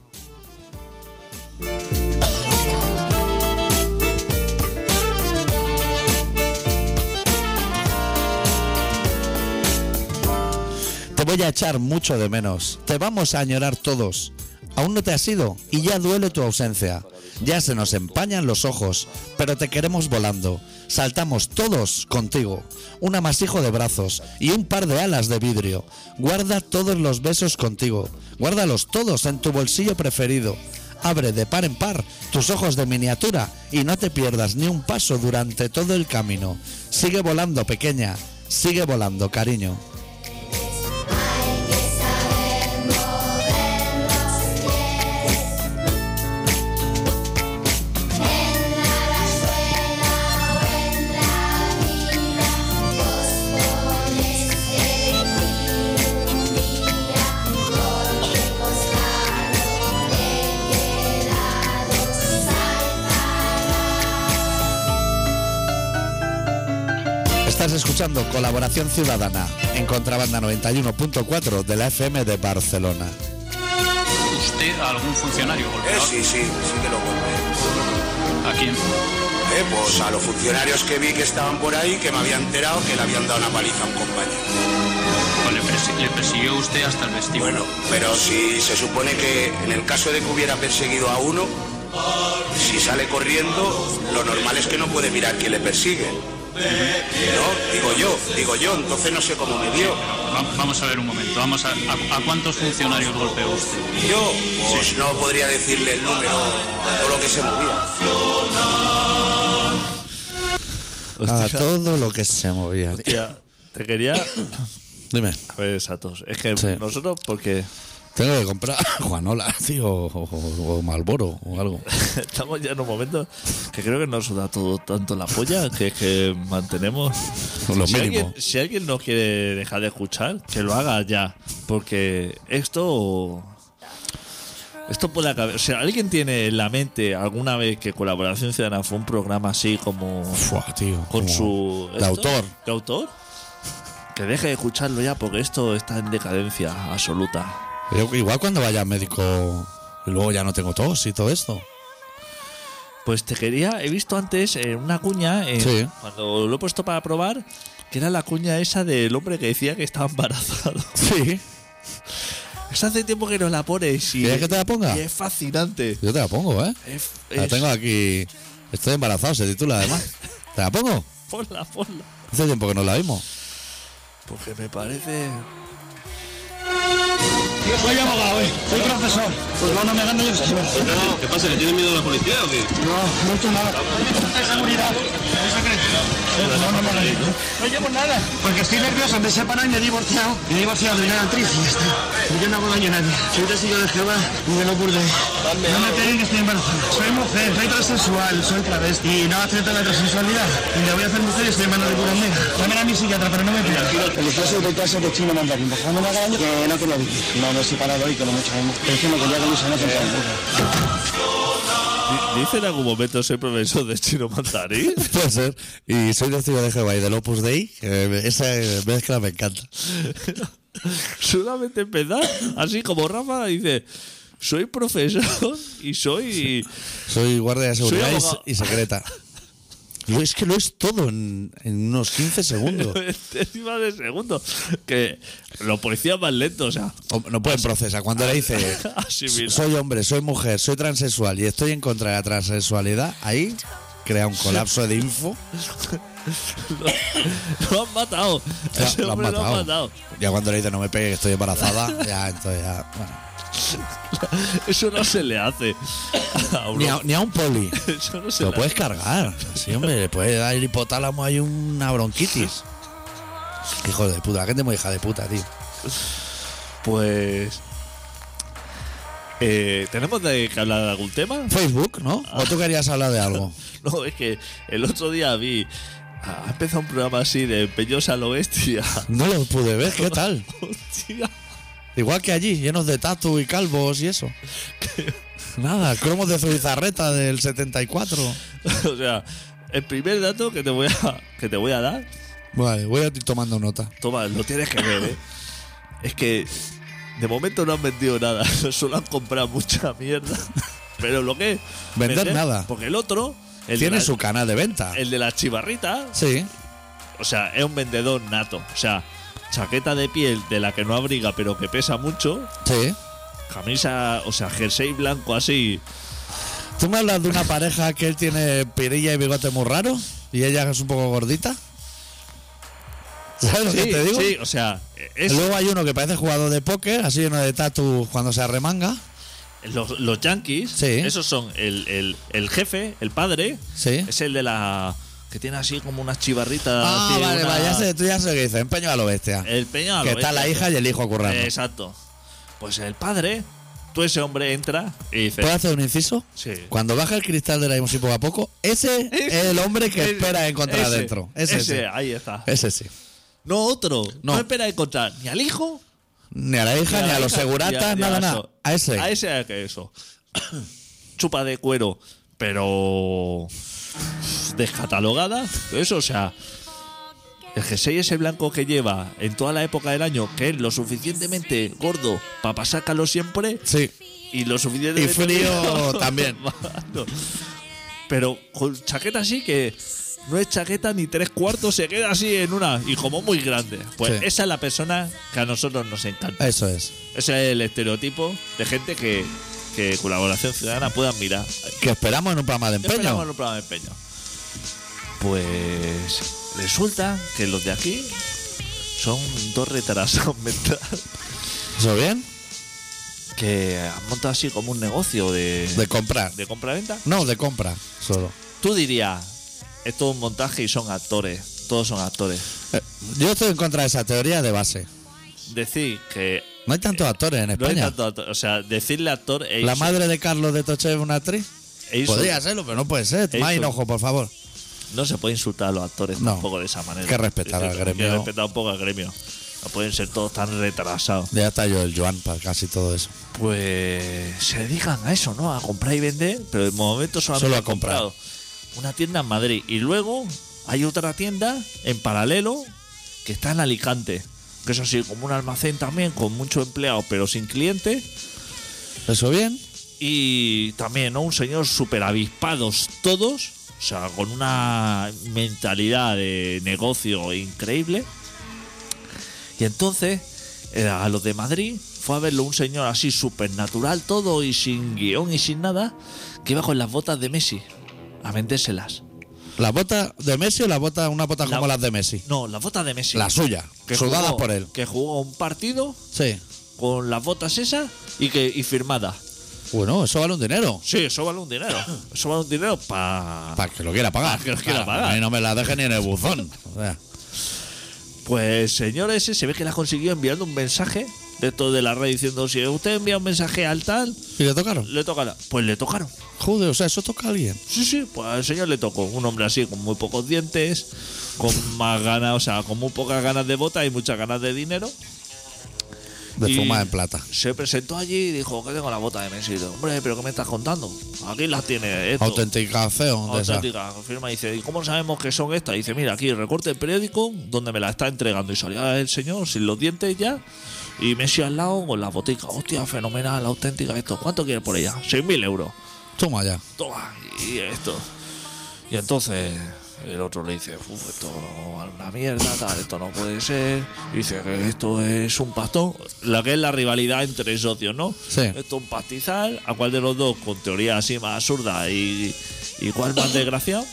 Speaker 1: Te voy a echar mucho de menos. Te vamos a añorar todos. Aún no te has ido y ya duele tu ausencia. Ya se nos empañan los ojos, pero te queremos volando. Saltamos todos contigo. Un amasijo de brazos y un par de alas de vidrio. Guarda todos los besos contigo. Guárdalos todos en tu bolsillo preferido. Abre de par en par tus ojos de miniatura y no te pierdas ni un paso durante todo el camino. Sigue volando, pequeña. Sigue volando, cariño. Estás escuchando Colaboración Ciudadana en Contrabanda 91.4 de la FM de Barcelona.
Speaker 4: usted a algún funcionario
Speaker 5: Eh,
Speaker 4: golpeador?
Speaker 5: sí, sí, sí que lo golpeé.
Speaker 4: ¿A quién?
Speaker 5: Eh, pues a los funcionarios que vi que estaban por ahí, que me había enterado que le habían dado una paliza a un compañero.
Speaker 4: ¿O le, persi- le persiguió usted hasta el vestíbulo?
Speaker 5: Bueno, pero si se supone que en el caso de que hubiera perseguido a uno, si sale corriendo, lo normal es que no puede mirar quién le persigue. No, digo yo, digo yo, entonces no sé cómo me dio.
Speaker 4: Va- vamos a ver un momento. Vamos a, a- ¿a cuántos funcionarios golpeó usted?
Speaker 5: Yo, pues no podría decirle el número o lo que se movía.
Speaker 1: A
Speaker 2: Hostia,
Speaker 1: todo lo que se movía.
Speaker 2: hostia, te quería.
Speaker 1: Dime,
Speaker 2: A ver, exactos. Es que
Speaker 1: Sí.
Speaker 2: nosotros, porque
Speaker 1: tengo que comprar Juanola, tío, o, o- o Malboro o algo.
Speaker 2: estamos ya en un momento que creo que nos da todo tanto la polla que es que mantenemos.
Speaker 1: Lo
Speaker 2: si,
Speaker 1: mínimo.
Speaker 2: Alguien, si alguien no quiere dejar de escuchar, que lo haga ya. Porque esto. Esto puede acabar. Si alguien tiene en la mente alguna vez que Colaboración Ciudadana fue un programa así como.
Speaker 1: Fua, tío.
Speaker 2: con
Speaker 1: como-
Speaker 2: su
Speaker 1: de
Speaker 2: esto,
Speaker 1: autor.
Speaker 2: de autor que deje de escucharlo ya porque esto está en decadencia absoluta
Speaker 1: Yo- igual cuando vaya al médico y luego ya no tengo tos y todo esto.
Speaker 2: pues te quería he visto antes eh, una cuña eh,
Speaker 1: Sí.
Speaker 2: cuando lo he puesto para probar que era la cuña esa del hombre que decía que estaba embarazado
Speaker 1: Sí.
Speaker 2: es Pues hace tiempo que nos la pones y,
Speaker 1: ¿Quieres que te la ponga?
Speaker 2: y es fascinante
Speaker 1: Yo te la pongo, ¿eh?
Speaker 2: Es-
Speaker 1: La
Speaker 2: es-
Speaker 1: tengo aquí. Estoy embarazado, se titula además. ¿Te la pongo?
Speaker 2: ponla ponla
Speaker 1: Hace tiempo que no la vimos.
Speaker 2: porque me parece
Speaker 6: Soy abogado, ¿eh? soy profesor. Pues no, no me hagan daño, señor.
Speaker 3: ¿Qué pasa? ¿Que tiene miedo a la policía o qué?
Speaker 6: No, no he hecho nada. De seguridad. No, no, no, no, no. No llevo nada. Porque estoy nervioso, me separan y he divorciado. He divorciado de una actriz y ya está. Yo no hago daño a nadie. Soy testigo de Jehová y de lo burde. No me creen que estoy embarazada. Soy mujer, soy transexual, soy travesti. Y no acepto la transexualidad. Y le voy a hacer mujer y estoy en manos de cura negra. Llamen a mi psiquiatra, pero no me pidan. El caso de clase de chino mandarín. Dejándome haga daño que no quería vivir. No me he separado y que lo mucho hemos. Pero es que me quería con no
Speaker 2: Di- dice en algún momento soy profesor de chino mandarín
Speaker 1: Puede ser. Y soy testigo de Jehová y del Opus Dei. que esa eh, mezcla me encanta.
Speaker 2: solamente empezar así como Rafa dice soy profesor y soy
Speaker 1: Soy guardia de seguridad y se-
Speaker 2: abogado.
Speaker 1: y, secreta. Lo- es que lo es todo en, en unos 15 segundos.
Speaker 2: décima de segundo que los policías más lentos o sea
Speaker 1: O- No pueden procesar. Cuando le dice
Speaker 2: así mira
Speaker 1: soy hombre, soy mujer, soy transexual y estoy en contra de la transexualidad, ahí crea un colapso de info.
Speaker 2: lo han matado
Speaker 1: Ya,
Speaker 2: Ese
Speaker 1: lo han
Speaker 2: Este hombre
Speaker 1: matado. Ya cuando le dice no me pegue que estoy embarazada, ya entonces ya. bueno.
Speaker 2: eso no se le hace a uno.
Speaker 1: Ni, a, ni a un poli.
Speaker 2: eso no se
Speaker 1: Se lo
Speaker 2: le
Speaker 1: puedes cargar. Sí, hombre, le puedes dar el hipotálamo hay una bronquitis. Hijo de puta, la gente muy hija de puta, tío.
Speaker 2: hace. pues eh, tenemos de que hablar de algún tema
Speaker 1: Facebook, ¿no?
Speaker 2: Ah.
Speaker 1: ¿O tú querías hablar de algo?
Speaker 2: no es que el otro día vi ha empezado un programa así de Peños al Oeste
Speaker 1: No lo pude ver, ¿qué tal?
Speaker 2: Hostia.
Speaker 1: Igual que allí, llenos de tatu y calvos y eso. Nada, cromos de Zubizarreta del 74.
Speaker 2: O sea, el primer dato que te voy a, que te voy a dar,
Speaker 1: Vale, voy a ir tomando nota.
Speaker 2: toma, lo tienes que ver, ¿eh? Es que de momento no han vendido nada, solo han comprado mucha mierda. Pero lo que es. ¿eh?
Speaker 1: Vender nada.
Speaker 2: Porque el otro. El de
Speaker 1: Tiene
Speaker 2: la-
Speaker 1: su canal de venta.
Speaker 2: El de las chivarritas,
Speaker 1: Sí,
Speaker 2: o sea, es un vendedor nato. O sea, chaqueta de piel de la que no abriga, pero que pesa mucho.
Speaker 1: sí.
Speaker 2: Camisa, o sea, jersey blanco así.
Speaker 1: ¿Tú me hablas de una pareja que él tiene pirilla y bigote muy raro? Y ella es un poco gordita. ¿Sabes lo que
Speaker 2: Sí,
Speaker 1: te digo?
Speaker 2: sí, o sea, es,
Speaker 1: Luego hay uno que parece jugador de póker, así lleno de tatu cuando se arremanga.
Speaker 2: Los, los yankees,
Speaker 1: Sí.
Speaker 2: esos son el, el- el jefe, el padre,
Speaker 1: Sí.
Speaker 2: es el de la. que tiene así como unas chivarritas.
Speaker 1: Ah,
Speaker 2: tiene
Speaker 1: vale,
Speaker 2: una-
Speaker 1: vale, ya sé, tú ya sé lo que dices, empeño a lo bestia.
Speaker 2: El peña.
Speaker 1: que está la hija y el hijo currando.
Speaker 2: Exacto. Pues el padre, tú ese hombre entra y dice.
Speaker 1: ¿Puedo hacer un inciso?
Speaker 2: Sí.
Speaker 1: Cuando baja el cristal de la limusina poco a poco, ese es el hombre que
Speaker 2: Ese-
Speaker 1: espera encontrar
Speaker 2: ese,
Speaker 1: adentro. Ese,
Speaker 2: ese,
Speaker 1: sí.
Speaker 2: ahí está.
Speaker 1: Ese sí.
Speaker 2: No otro. No,
Speaker 1: No.
Speaker 2: espera encontrar ni al hijo,
Speaker 1: Ni a la hija, ni a,
Speaker 2: la
Speaker 1: los
Speaker 2: hija, ni a-
Speaker 1: seguratas,
Speaker 2: ni a
Speaker 1: nada,
Speaker 2: eso.
Speaker 1: nada. A ese.
Speaker 2: A ese a que eso. Chupa de cuero, pero. descatalogada. Eso, o sea. El jersey ese blanco que lleva en toda la época del año, que es lo suficientemente gordo para pasar calor siempre
Speaker 1: Sí.
Speaker 2: y lo
Speaker 1: Y
Speaker 2: suficientemente
Speaker 1: frío también.
Speaker 2: Mano. Pero con chaqueta así que no es chaqueta ni tres cuartos, se queda así en una y como muy grande. Pues
Speaker 1: Sí.
Speaker 2: esa es la persona que a nosotros nos encanta.
Speaker 1: Eso es.
Speaker 2: Ese es el estereotipo de gente que, que Colaboración Ciudadana pueda admirar.
Speaker 1: Que esperamos en un programa de
Speaker 2: ¿Qué esperamos
Speaker 1: empeño.
Speaker 2: en un programa de empeño? Pues resulta que los de aquí son dos retrasados mentales
Speaker 1: ¿Eso bien?
Speaker 2: que han montado así como un negocio de,
Speaker 1: De comprar.
Speaker 2: de compra-venta.
Speaker 1: No, de compra solo.
Speaker 2: Tú dirías, es todo un montaje y son actores, todos son actores.
Speaker 1: Eh, Yo estoy en contra de esa teoría de base.
Speaker 2: Decir que
Speaker 1: No hay tantos actores en
Speaker 2: Eh, no hay
Speaker 1: España.
Speaker 2: tanto actor, o sea, decirle actor e
Speaker 1: ¿La
Speaker 2: hizo-
Speaker 1: madre de Carlos de Toche es una actriz?
Speaker 2: e hizo-
Speaker 1: Podría serlo, pero no puede ser. Más
Speaker 2: Eso.
Speaker 1: hinojo, por favor.
Speaker 2: no se puede insultar a los actores
Speaker 1: No.
Speaker 2: tampoco de esa manera.
Speaker 1: Hay que respetar al
Speaker 2: Hay que
Speaker 1: gremio.
Speaker 2: respetar un poco al gremio. No pueden ser todos tan retrasados.
Speaker 1: Ya está yo el Joan para casi todo eso.
Speaker 2: Pues se dedican a eso, ¿no? A comprar y vender, pero de momento solamente
Speaker 1: Solo a
Speaker 2: han comprado una tienda en Madrid. Y luego hay otra tienda en paralelo que está en Alicante. Que eso sí, como un almacén también, con muchos empleados, pero sin clientes.
Speaker 1: ¿Eso bien?
Speaker 2: Y también, ¿no? Un señor súper avispados todos, o sea, con una mentalidad de negocio increíble. Y entonces, eh, a los de Madrid, fue a verlo un señor así súper natural todo y sin guión y sin nada, que iba con las botas de Messi a vendérselas.
Speaker 1: ¿La bota de Messi o la bota, una bota
Speaker 2: La-
Speaker 1: como las de Messi?
Speaker 2: No, las botas de Messi.
Speaker 1: La suya, sudadas
Speaker 2: jugó-
Speaker 1: por él.
Speaker 2: Que jugó un partido
Speaker 1: Sí.
Speaker 2: con las botas esas y, que, y firmadas.
Speaker 1: Bueno, eso vale un dinero.
Speaker 2: Sí, eso vale un dinero. Eso vale un dinero para...
Speaker 1: Para que lo quiera pagar.
Speaker 2: Para que lo quiera
Speaker 1: Ah,
Speaker 2: pagar.
Speaker 1: A mí no me la deje ni en el buzón. O sea,
Speaker 2: Pues señor ese se ve que la consiguió enviando un mensaje de esto de la red diciendo si usted envía un mensaje al tal,
Speaker 1: ¿Y le tocaron?
Speaker 2: le toca la-". Pues le tocaron.
Speaker 1: Joder, o sea, eso toca a alguien.
Speaker 2: Sí, sí, pues al señor le tocó. Un hombre así con muy pocos dientes, con más ganas, o sea, con muy pocas ganas de bota y muchas ganas de dinero.
Speaker 1: De
Speaker 2: Y-
Speaker 1: fumar en plata.
Speaker 2: Se presentó allí y dijo que tengo la bota de Messi. Y digo, Hombre, pero ¿qué me estás contando? Aquí las tiene esto.
Speaker 1: Autenticación de esa.
Speaker 2: Auténtica, confirma, dice, ¿y cómo sabemos que son estas? Dice, mira, aquí recorte el periódico donde me la está entregando. Y salía el señor sin los dientes ya. Y Messi al lado con la botica. Hostia, fenomenal, auténtica esto. ¿Cuánto quieres por ella? 6.000 euros.
Speaker 1: Toma ya.
Speaker 2: Toma, y esto. Y entonces el otro le dice, "Uf, esto es una mierda, tal, esto no puede ser. Y dice que esto es un pastón. La que es la rivalidad entre socios, ¿no?
Speaker 1: Sí.
Speaker 2: Esto es un pastizal, a cuál de los dos con teoría así más absurda y, y cuál más desgraciado.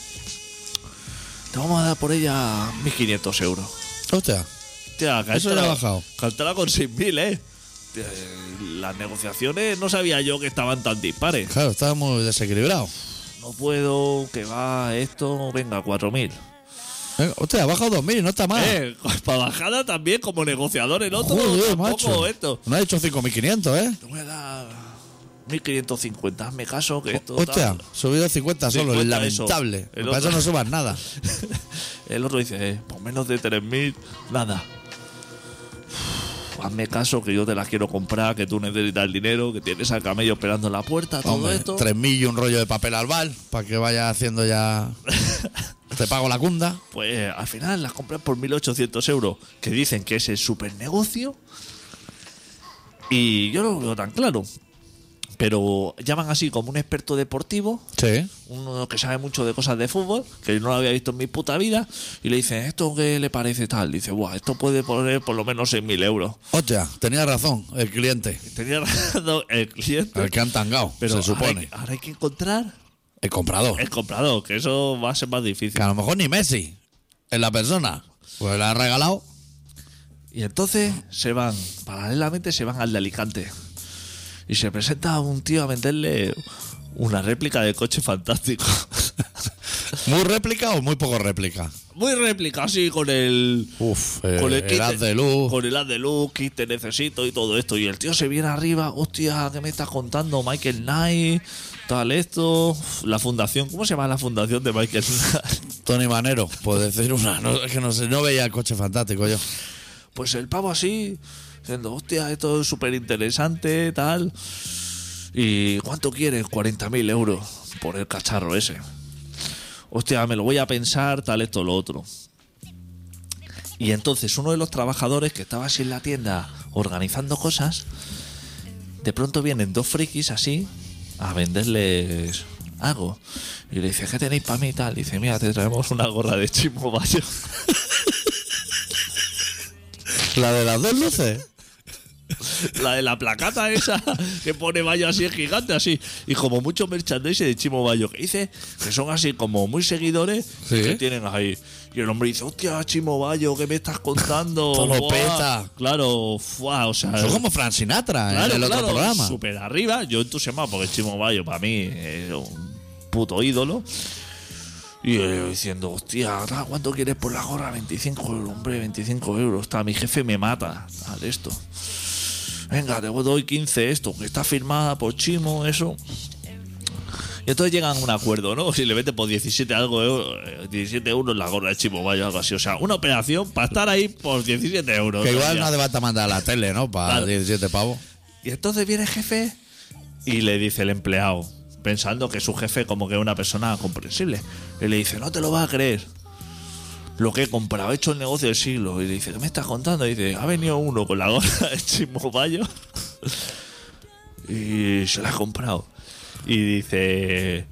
Speaker 2: Te vamos a dar por ella 1.500 euros.
Speaker 1: Hostia.
Speaker 2: Tía, que
Speaker 1: Eso
Speaker 2: entra-
Speaker 1: le ha bajado.
Speaker 2: que entra con 6.000, ¿eh? Tía, eh, Las negociaciones no sabía yo que estaban tan dispares.
Speaker 1: Claro, estaba muy desequilibrado.
Speaker 2: No puedo, que va esto, venga, 4000.
Speaker 1: Venga, Hostia, ha bajado 2.000, no está mal.
Speaker 2: Eh, para bajada también como negociador el otro.
Speaker 1: Joder,
Speaker 2: tampoco
Speaker 1: macho.
Speaker 2: esto.
Speaker 1: No ha hecho 5.500, ¿eh?
Speaker 2: Te voy a dar 1550, hazme caso que esto.
Speaker 1: Hostia,
Speaker 2: tal.
Speaker 1: subido 50 solo,
Speaker 2: 50 eso.
Speaker 1: lamentable.
Speaker 2: El
Speaker 1: Para
Speaker 2: otro-
Speaker 1: eso no subas nada.
Speaker 2: El otro dice, eh, por menos de 3000, nada. Uf, hazme caso que yo te las quiero comprar, que tú necesitas el dinero, que tienes al camello esperando en la puerta, todo
Speaker 1: Hombre,
Speaker 2: esto.
Speaker 1: 3.000 y un rollo de papel albal para que vaya haciendo ya. Te pago la cunda.
Speaker 2: Pues al final las compran por 1.800 euros, que dicen que es el super negocio. Y yo no lo veo tan claro. Pero llaman así como un experto deportivo,
Speaker 1: Sí.
Speaker 2: uno que sabe mucho de cosas de fútbol, que no lo había visto en mi puta vida, y le dicen, ¿esto qué le parece tal? Dice, Buah, esto puede poner por lo menos 6.000 euros.
Speaker 1: Hostia, tenía razón el cliente,
Speaker 2: Tenía razón el cliente.
Speaker 1: el que han tangado,
Speaker 2: pero eh,
Speaker 1: se
Speaker 2: Ahora hay,
Speaker 1: supone.
Speaker 2: ahora hay que encontrar
Speaker 1: El comprador.
Speaker 2: el comprador, que eso va a ser más
Speaker 1: Que
Speaker 2: difícil.
Speaker 1: a lo mejor ni Messi es la persona. Pues le ha regalado.
Speaker 2: Y entonces se van, paralelamente se van al de Alicante. Y se presenta un tío a venderle una réplica de coche fantástico.
Speaker 1: ¿Muy réplica o muy poco réplica?
Speaker 2: Muy réplica, así, con el.
Speaker 1: Uf, eh, el,
Speaker 2: kit
Speaker 1: haz de luz.
Speaker 2: Con el haz de luz, kit te necesito y todo esto. Y el tío se viene arriba, hostia, ¿qué me estás contando? Michael Knight, tal esto. La fundación, ¿cómo se llama la fundación de Michael Knight?
Speaker 1: Tony Manero, por decir una. No, es que no sé, no veía el coche fantástico yo.
Speaker 2: Pues el pavo así, diciendo, hostia, esto es súper interesante, tal. ¿Y cuánto quieres? 40.000 euros por el cacharro ese. Hostia, me lo voy a pensar, tal, esto, lo otro. Y entonces uno de los trabajadores que estaba así en la tienda organizando cosas, de pronto vienen dos frikis así a venderles algo. Y le dice, ¿qué tenéis para mí y tal? Dice, mira, te traemos una gorra de chismo mayor.
Speaker 1: La de las dos luces.
Speaker 2: La de la placata esa que pone Bayo así es gigante, así. Y como mucho merchandise de Chimo Bayo que dice que son así como muy seguidores
Speaker 1: Sí.
Speaker 2: que tienen ahí. Y el hombre dice, hostia, Chimo Bayo, ¿qué me estás contando?
Speaker 1: Todo
Speaker 2: Buah".
Speaker 1: peta.
Speaker 2: Claro, fuá, o sea.
Speaker 1: Son como Frank Sinatra
Speaker 2: claro,
Speaker 1: en el
Speaker 2: claro,
Speaker 1: otro programa.
Speaker 2: Súper arriba, yo entusiasmado porque Chimo Bayo para mí es un puto ídolo. Y yo diciendo, hostia, tal, ¿cuánto quieres por la gorra? 25 euros, hombre, 25 euros. Está, mi jefe me mata. Tal, esto. Venga, te doy 15 esto, que está firmada por Chimo, eso. Y entonces llegan a un acuerdo, ¿no? Si le meten por 17 algo, euros, 17 euros la gorra de Chimo Bayo, algo así. O sea, una operación para estar ahí por 17 euros.
Speaker 1: Que
Speaker 2: O
Speaker 1: igual
Speaker 2: sea,
Speaker 1: no hace falta mandar a la tele, ¿no? Para
Speaker 2: Claro.
Speaker 1: 17 pavos.
Speaker 2: y entonces viene el jefe y le dice el empleado, pensando que su jefe como que es una persona comprensible. Y le dice, no te lo vas a creer. Lo que he comprado, he hecho el negocio del siglo. Y le dice, ¿qué me estás contando? Y dice, ha venido uno con la gorra de Chimo Bayo y se la ha comprado. Y dice,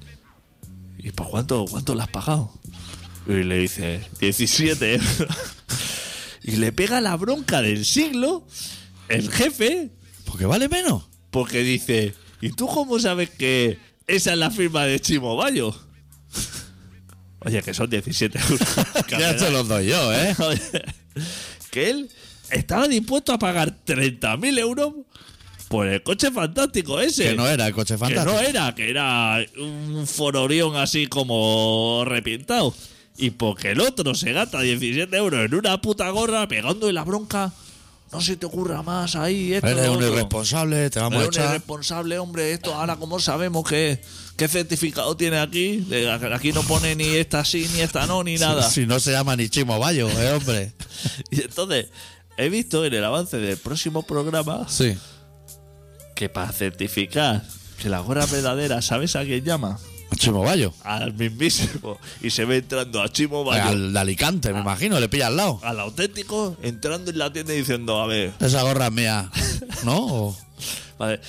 Speaker 2: ¿y por cuánto, cuánto la has pagado? Y le dice, 17 euros. Y le pega la bronca del siglo el jefe
Speaker 1: Porque vale menos.
Speaker 2: porque dice, ¿y tú cómo sabes que esa es la firma de Chimo Bayo? Oye, que son 17 euros. Que
Speaker 1: Ya
Speaker 2: me
Speaker 1: te los doy yo, ¿eh?
Speaker 2: da- que él estaba dispuesto a pagar 30.000 euros por el coche fantástico ese.
Speaker 1: Que no era el coche
Speaker 2: Que
Speaker 1: fantástico.
Speaker 2: no era, que era un fororión así como repintado. Y porque el otro se gasta 17 euros en una puta gorra pegando la bronca. No se te ocurra más ahí. Esto,
Speaker 1: Eres
Speaker 2: lo
Speaker 1: un
Speaker 2: otro.
Speaker 1: irresponsable, te vamos a
Speaker 2: Era un
Speaker 1: echar.
Speaker 2: irresponsable, hombre. Esto ahora, como sabemos que qué certificado tiene aquí? De- Aquí no pone ni esta sí, ni esta no, ni nada.
Speaker 1: Si no se llama ni Chimo Bayo, ¿eh, hombre?
Speaker 2: Y entonces, he visto en el avance del próximo programa
Speaker 1: Sí.
Speaker 2: que para certificar que la gorra es verdadera, ¿sabes a quién llama?
Speaker 1: Chimo Bayo.
Speaker 2: Al mismísimo. Y se ve entrando a Chimo Bayo,
Speaker 1: Al de Alicante,
Speaker 2: Ah.
Speaker 1: me imagino, le pilla al lado.
Speaker 2: al auténtico, entrando en la tienda y diciendo, a ver,
Speaker 1: Esa gorra es mía, ¿no? O-
Speaker 2: Vale.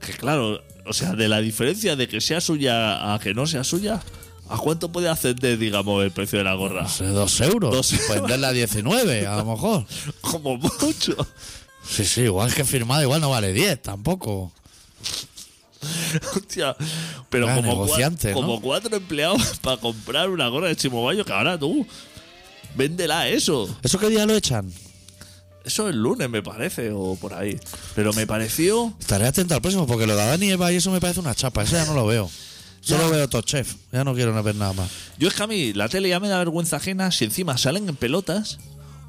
Speaker 2: Que claro, o sea, de la diferencia de que sea suya a que no sea suya, ¿a cuánto puede ascender, digamos, el precio de la gorra?
Speaker 1: no sé, dos euros. Pues
Speaker 2: Dos euros.
Speaker 1: Venderla a 19, a lo mejor.
Speaker 2: Como mucho.
Speaker 1: Sí, sí, igual que firmada, igual no vale 10 tampoco.
Speaker 2: Hostia. Pero
Speaker 1: Era
Speaker 2: como,
Speaker 1: negociante,
Speaker 2: cua-
Speaker 1: ¿no?
Speaker 2: como cuatro empleados para comprar una gorra de Chimobayo, que ahora tú, véndela eso.
Speaker 1: ¿Eso qué día lo echan?
Speaker 2: Eso el lunes, me parece, o por ahí. Pero me pareció
Speaker 1: Estaré atento al próximo porque lo de Adán y Eva y eso me parece una chapa. Eso ya no lo veo. Solo veo Top Chef. Ya no quiero ver nada más.
Speaker 2: Yo es que a mí la tele ya me da vergüenza ajena si encima salen en pelotas,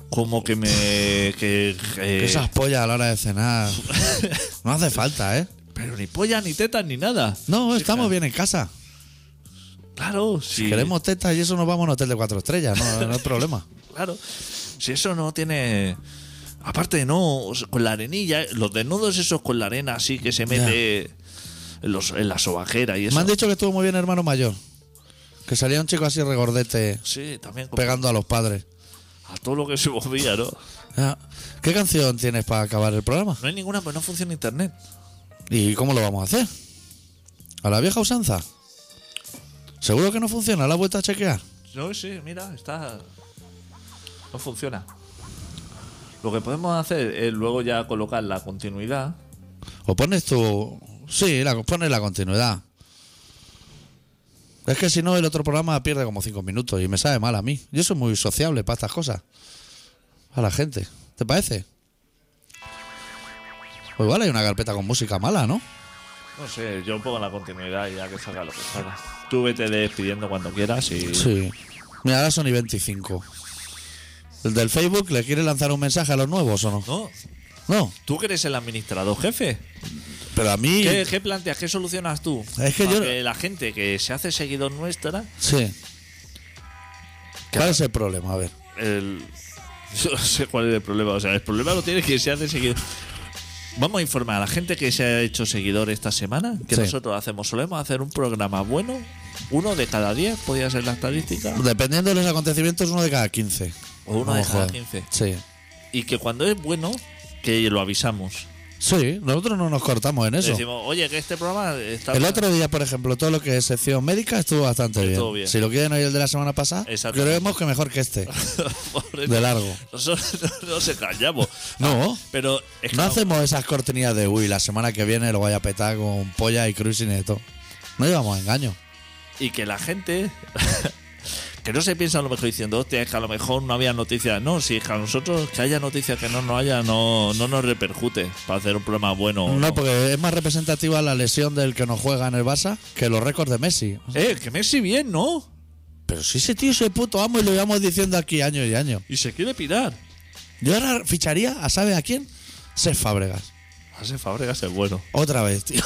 Speaker 2: como que me. que, que-
Speaker 1: Esas pollas a la hora de cenar. No hace falta, ¿eh?
Speaker 2: Pero ni polla, ni tetas, ni nada.
Speaker 1: No, estamos bien en casa.
Speaker 2: Claro, si
Speaker 1: Queremos tetas y eso nos vamos a un hotel de cuatro estrellas. No, no hay problema.
Speaker 2: Claro. Si eso no tiene. Aparte, no, o sea, con la arenilla, los desnudos esos con la arena así que se mete en, los- en la sobajera y eso.
Speaker 1: Me han dicho que estuvo muy bien hermano mayor. Que salía un chico así regordete
Speaker 2: Sí, también como
Speaker 1: pegando a los padres.
Speaker 2: a todo lo que se movía, ¿no?
Speaker 1: Ah, ¿Qué canción tienes para acabar el programa?
Speaker 2: No hay ninguna, pues no funciona internet.
Speaker 1: ¿Y cómo lo vamos a hacer? ¿A la vieja usanza? ¿Seguro que no funciona? ¿La has vuelto a chequear?
Speaker 2: No, sí, mira, está. No funciona. Lo que podemos hacer es luego ya colocar la continuidad.
Speaker 1: ¿O pones tu... Sí, la, pones la continuidad. Es que si no, el otro programa pierde como cinco minutos y me sabe mal a mí. Yo soy muy sociable para estas cosas. A la gente. ¿Te parece? O igual hay una carpeta con música mala, ¿no?
Speaker 2: No sé, yo pongo la continuidad y ya que salga lo que salga. Tú vete despidiendo cuando quieras y.
Speaker 1: Sí. Mira, ahora son y 25. ¿El del Facebook le quiere lanzar un mensaje a los nuevos o no?
Speaker 2: ¿No?
Speaker 1: No.
Speaker 2: ¿Tú que eres el administrador jefe?
Speaker 1: Pero a mí.
Speaker 2: ¿Qué, qué planteas? ¿Qué solucionas tú?
Speaker 1: Es que
Speaker 2: Para
Speaker 1: yo-
Speaker 2: que la gente que se hace seguidor nuestra.
Speaker 1: Sí. ¿Cuál es el problema? A ver.
Speaker 2: el- Yo no sé cuál es el problema. O sea, el problema lo tiene que se hace seguidor. Vamos a informar a la gente que se ha hecho seguidor esta semana. Que
Speaker 1: Sí.
Speaker 2: nosotros hacemos. Solemos hacer un programa bueno. Uno de cada diez, podría ser la estadística.
Speaker 1: Dependiendo de los acontecimientos, uno de cada 15.
Speaker 2: O uno de
Speaker 1: Vamos a
Speaker 2: cada
Speaker 1: joder.
Speaker 2: 15.
Speaker 1: Sí.
Speaker 2: Y que cuando es bueno, que lo avisamos.
Speaker 1: Sí, nosotros no nos cortamos en eso.
Speaker 2: Decimos, oye, que este programa está.
Speaker 1: El otro día, por ejemplo, todo lo que es sección médica estuvo bastante bien.
Speaker 2: Estuvo bien.
Speaker 1: Si lo quieren oír el de la semana pasada,
Speaker 2: Exactamente.
Speaker 1: creemos que mejor que este.
Speaker 2: Por eso
Speaker 1: De largo.
Speaker 2: Nosotros no nos engañamos.
Speaker 1: No.
Speaker 2: Pero Ah, es que
Speaker 1: No hacemos esas cortinillas de uy, la semana que viene lo vaya a petar con polla y cruising y todo. No llevamos a engaño.
Speaker 2: Y que la gente. que no se piensa a lo mejor diciendo, hostia, es que a lo mejor no había noticias. No, si es que a nosotros que haya noticias que no nos haya, no, no nos repercute para hacer un programa bueno. o
Speaker 1: No, porque es más representativa la lesión del que no juega en el Barça que los récords de Messi.
Speaker 2: Eh, que Messi bien, ¿no?
Speaker 1: Pero si ese tío se puto amo y lo llevamos diciendo aquí año y año.
Speaker 2: Y se quiere pirar.
Speaker 1: Yo ahora ficharía a ¿sabe a quién? Ses Fábregas.
Speaker 2: Hace Fábregas es bueno.
Speaker 1: Otra vez, tío.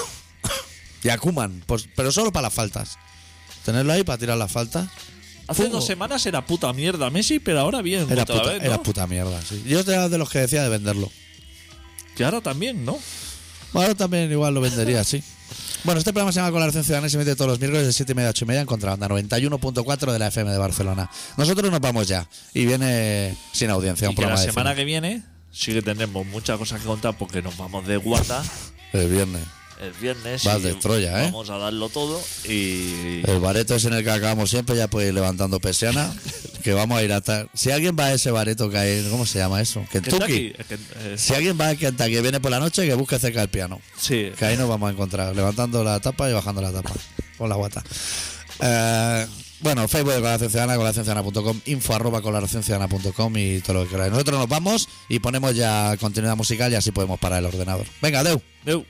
Speaker 1: y a Koeman, pues, pero solo para las faltas. Tenerlo ahí para tirar las faltas.
Speaker 2: Hace
Speaker 1: Fugo.
Speaker 2: dos semanas era puta mierda Messi, pero ahora bien.
Speaker 1: Era
Speaker 2: otra
Speaker 1: puta,
Speaker 2: vez, ¿no?
Speaker 1: era puta mierda, sí. Yo era de los que decía de venderlo.
Speaker 2: Que ahora también, ¿no?
Speaker 1: Ahora también igual lo vendería, sí. Bueno, este programa se llama Colaboración Ciudadana y se emite todos los miércoles de 7 y media a 8 y media en contrabanda 91.4 de la FM de Barcelona. Nosotros nos vamos ya y viene sin audiencia un
Speaker 2: y que la
Speaker 1: programa de
Speaker 2: semana
Speaker 1: cine.
Speaker 2: que viene sí que tendremos muchas cosas que contar porque nos vamos de guata
Speaker 1: El viernes.
Speaker 2: el viernes.
Speaker 1: Vas
Speaker 2: y
Speaker 1: de Troya, ¿eh?
Speaker 2: Vamos a darlo todo y.
Speaker 1: El bareto es en el que acabamos siempre, ya pues levantando persiana. que vamos a ir hasta. Si alguien va a ese bareto que hay, ¿cómo se llama eso? Kentucky.
Speaker 2: Kentucky, eh, Ken- eh,
Speaker 1: Si alguien va a Kentucky y viene por la noche, que busque cerca del piano.
Speaker 2: sí.
Speaker 1: Que ahí nos vamos a encontrar, levantando la tapa y bajando la tapa con la guata. Eh, bueno, Facebook de Colaboración Ciudadana, colaboracionciudadana.com, info arroba colaboracionciudadana.com y todo lo que queráis. Nosotros nos vamos y ponemos ya continuidad musical y así podemos parar el ordenador. Venga, Deu.
Speaker 2: Deu.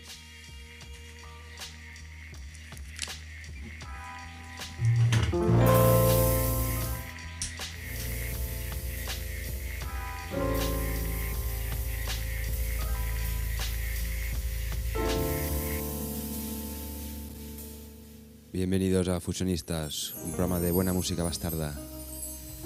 Speaker 7: Bienvenidos a Fusionistas, un programa de buena música bastarda.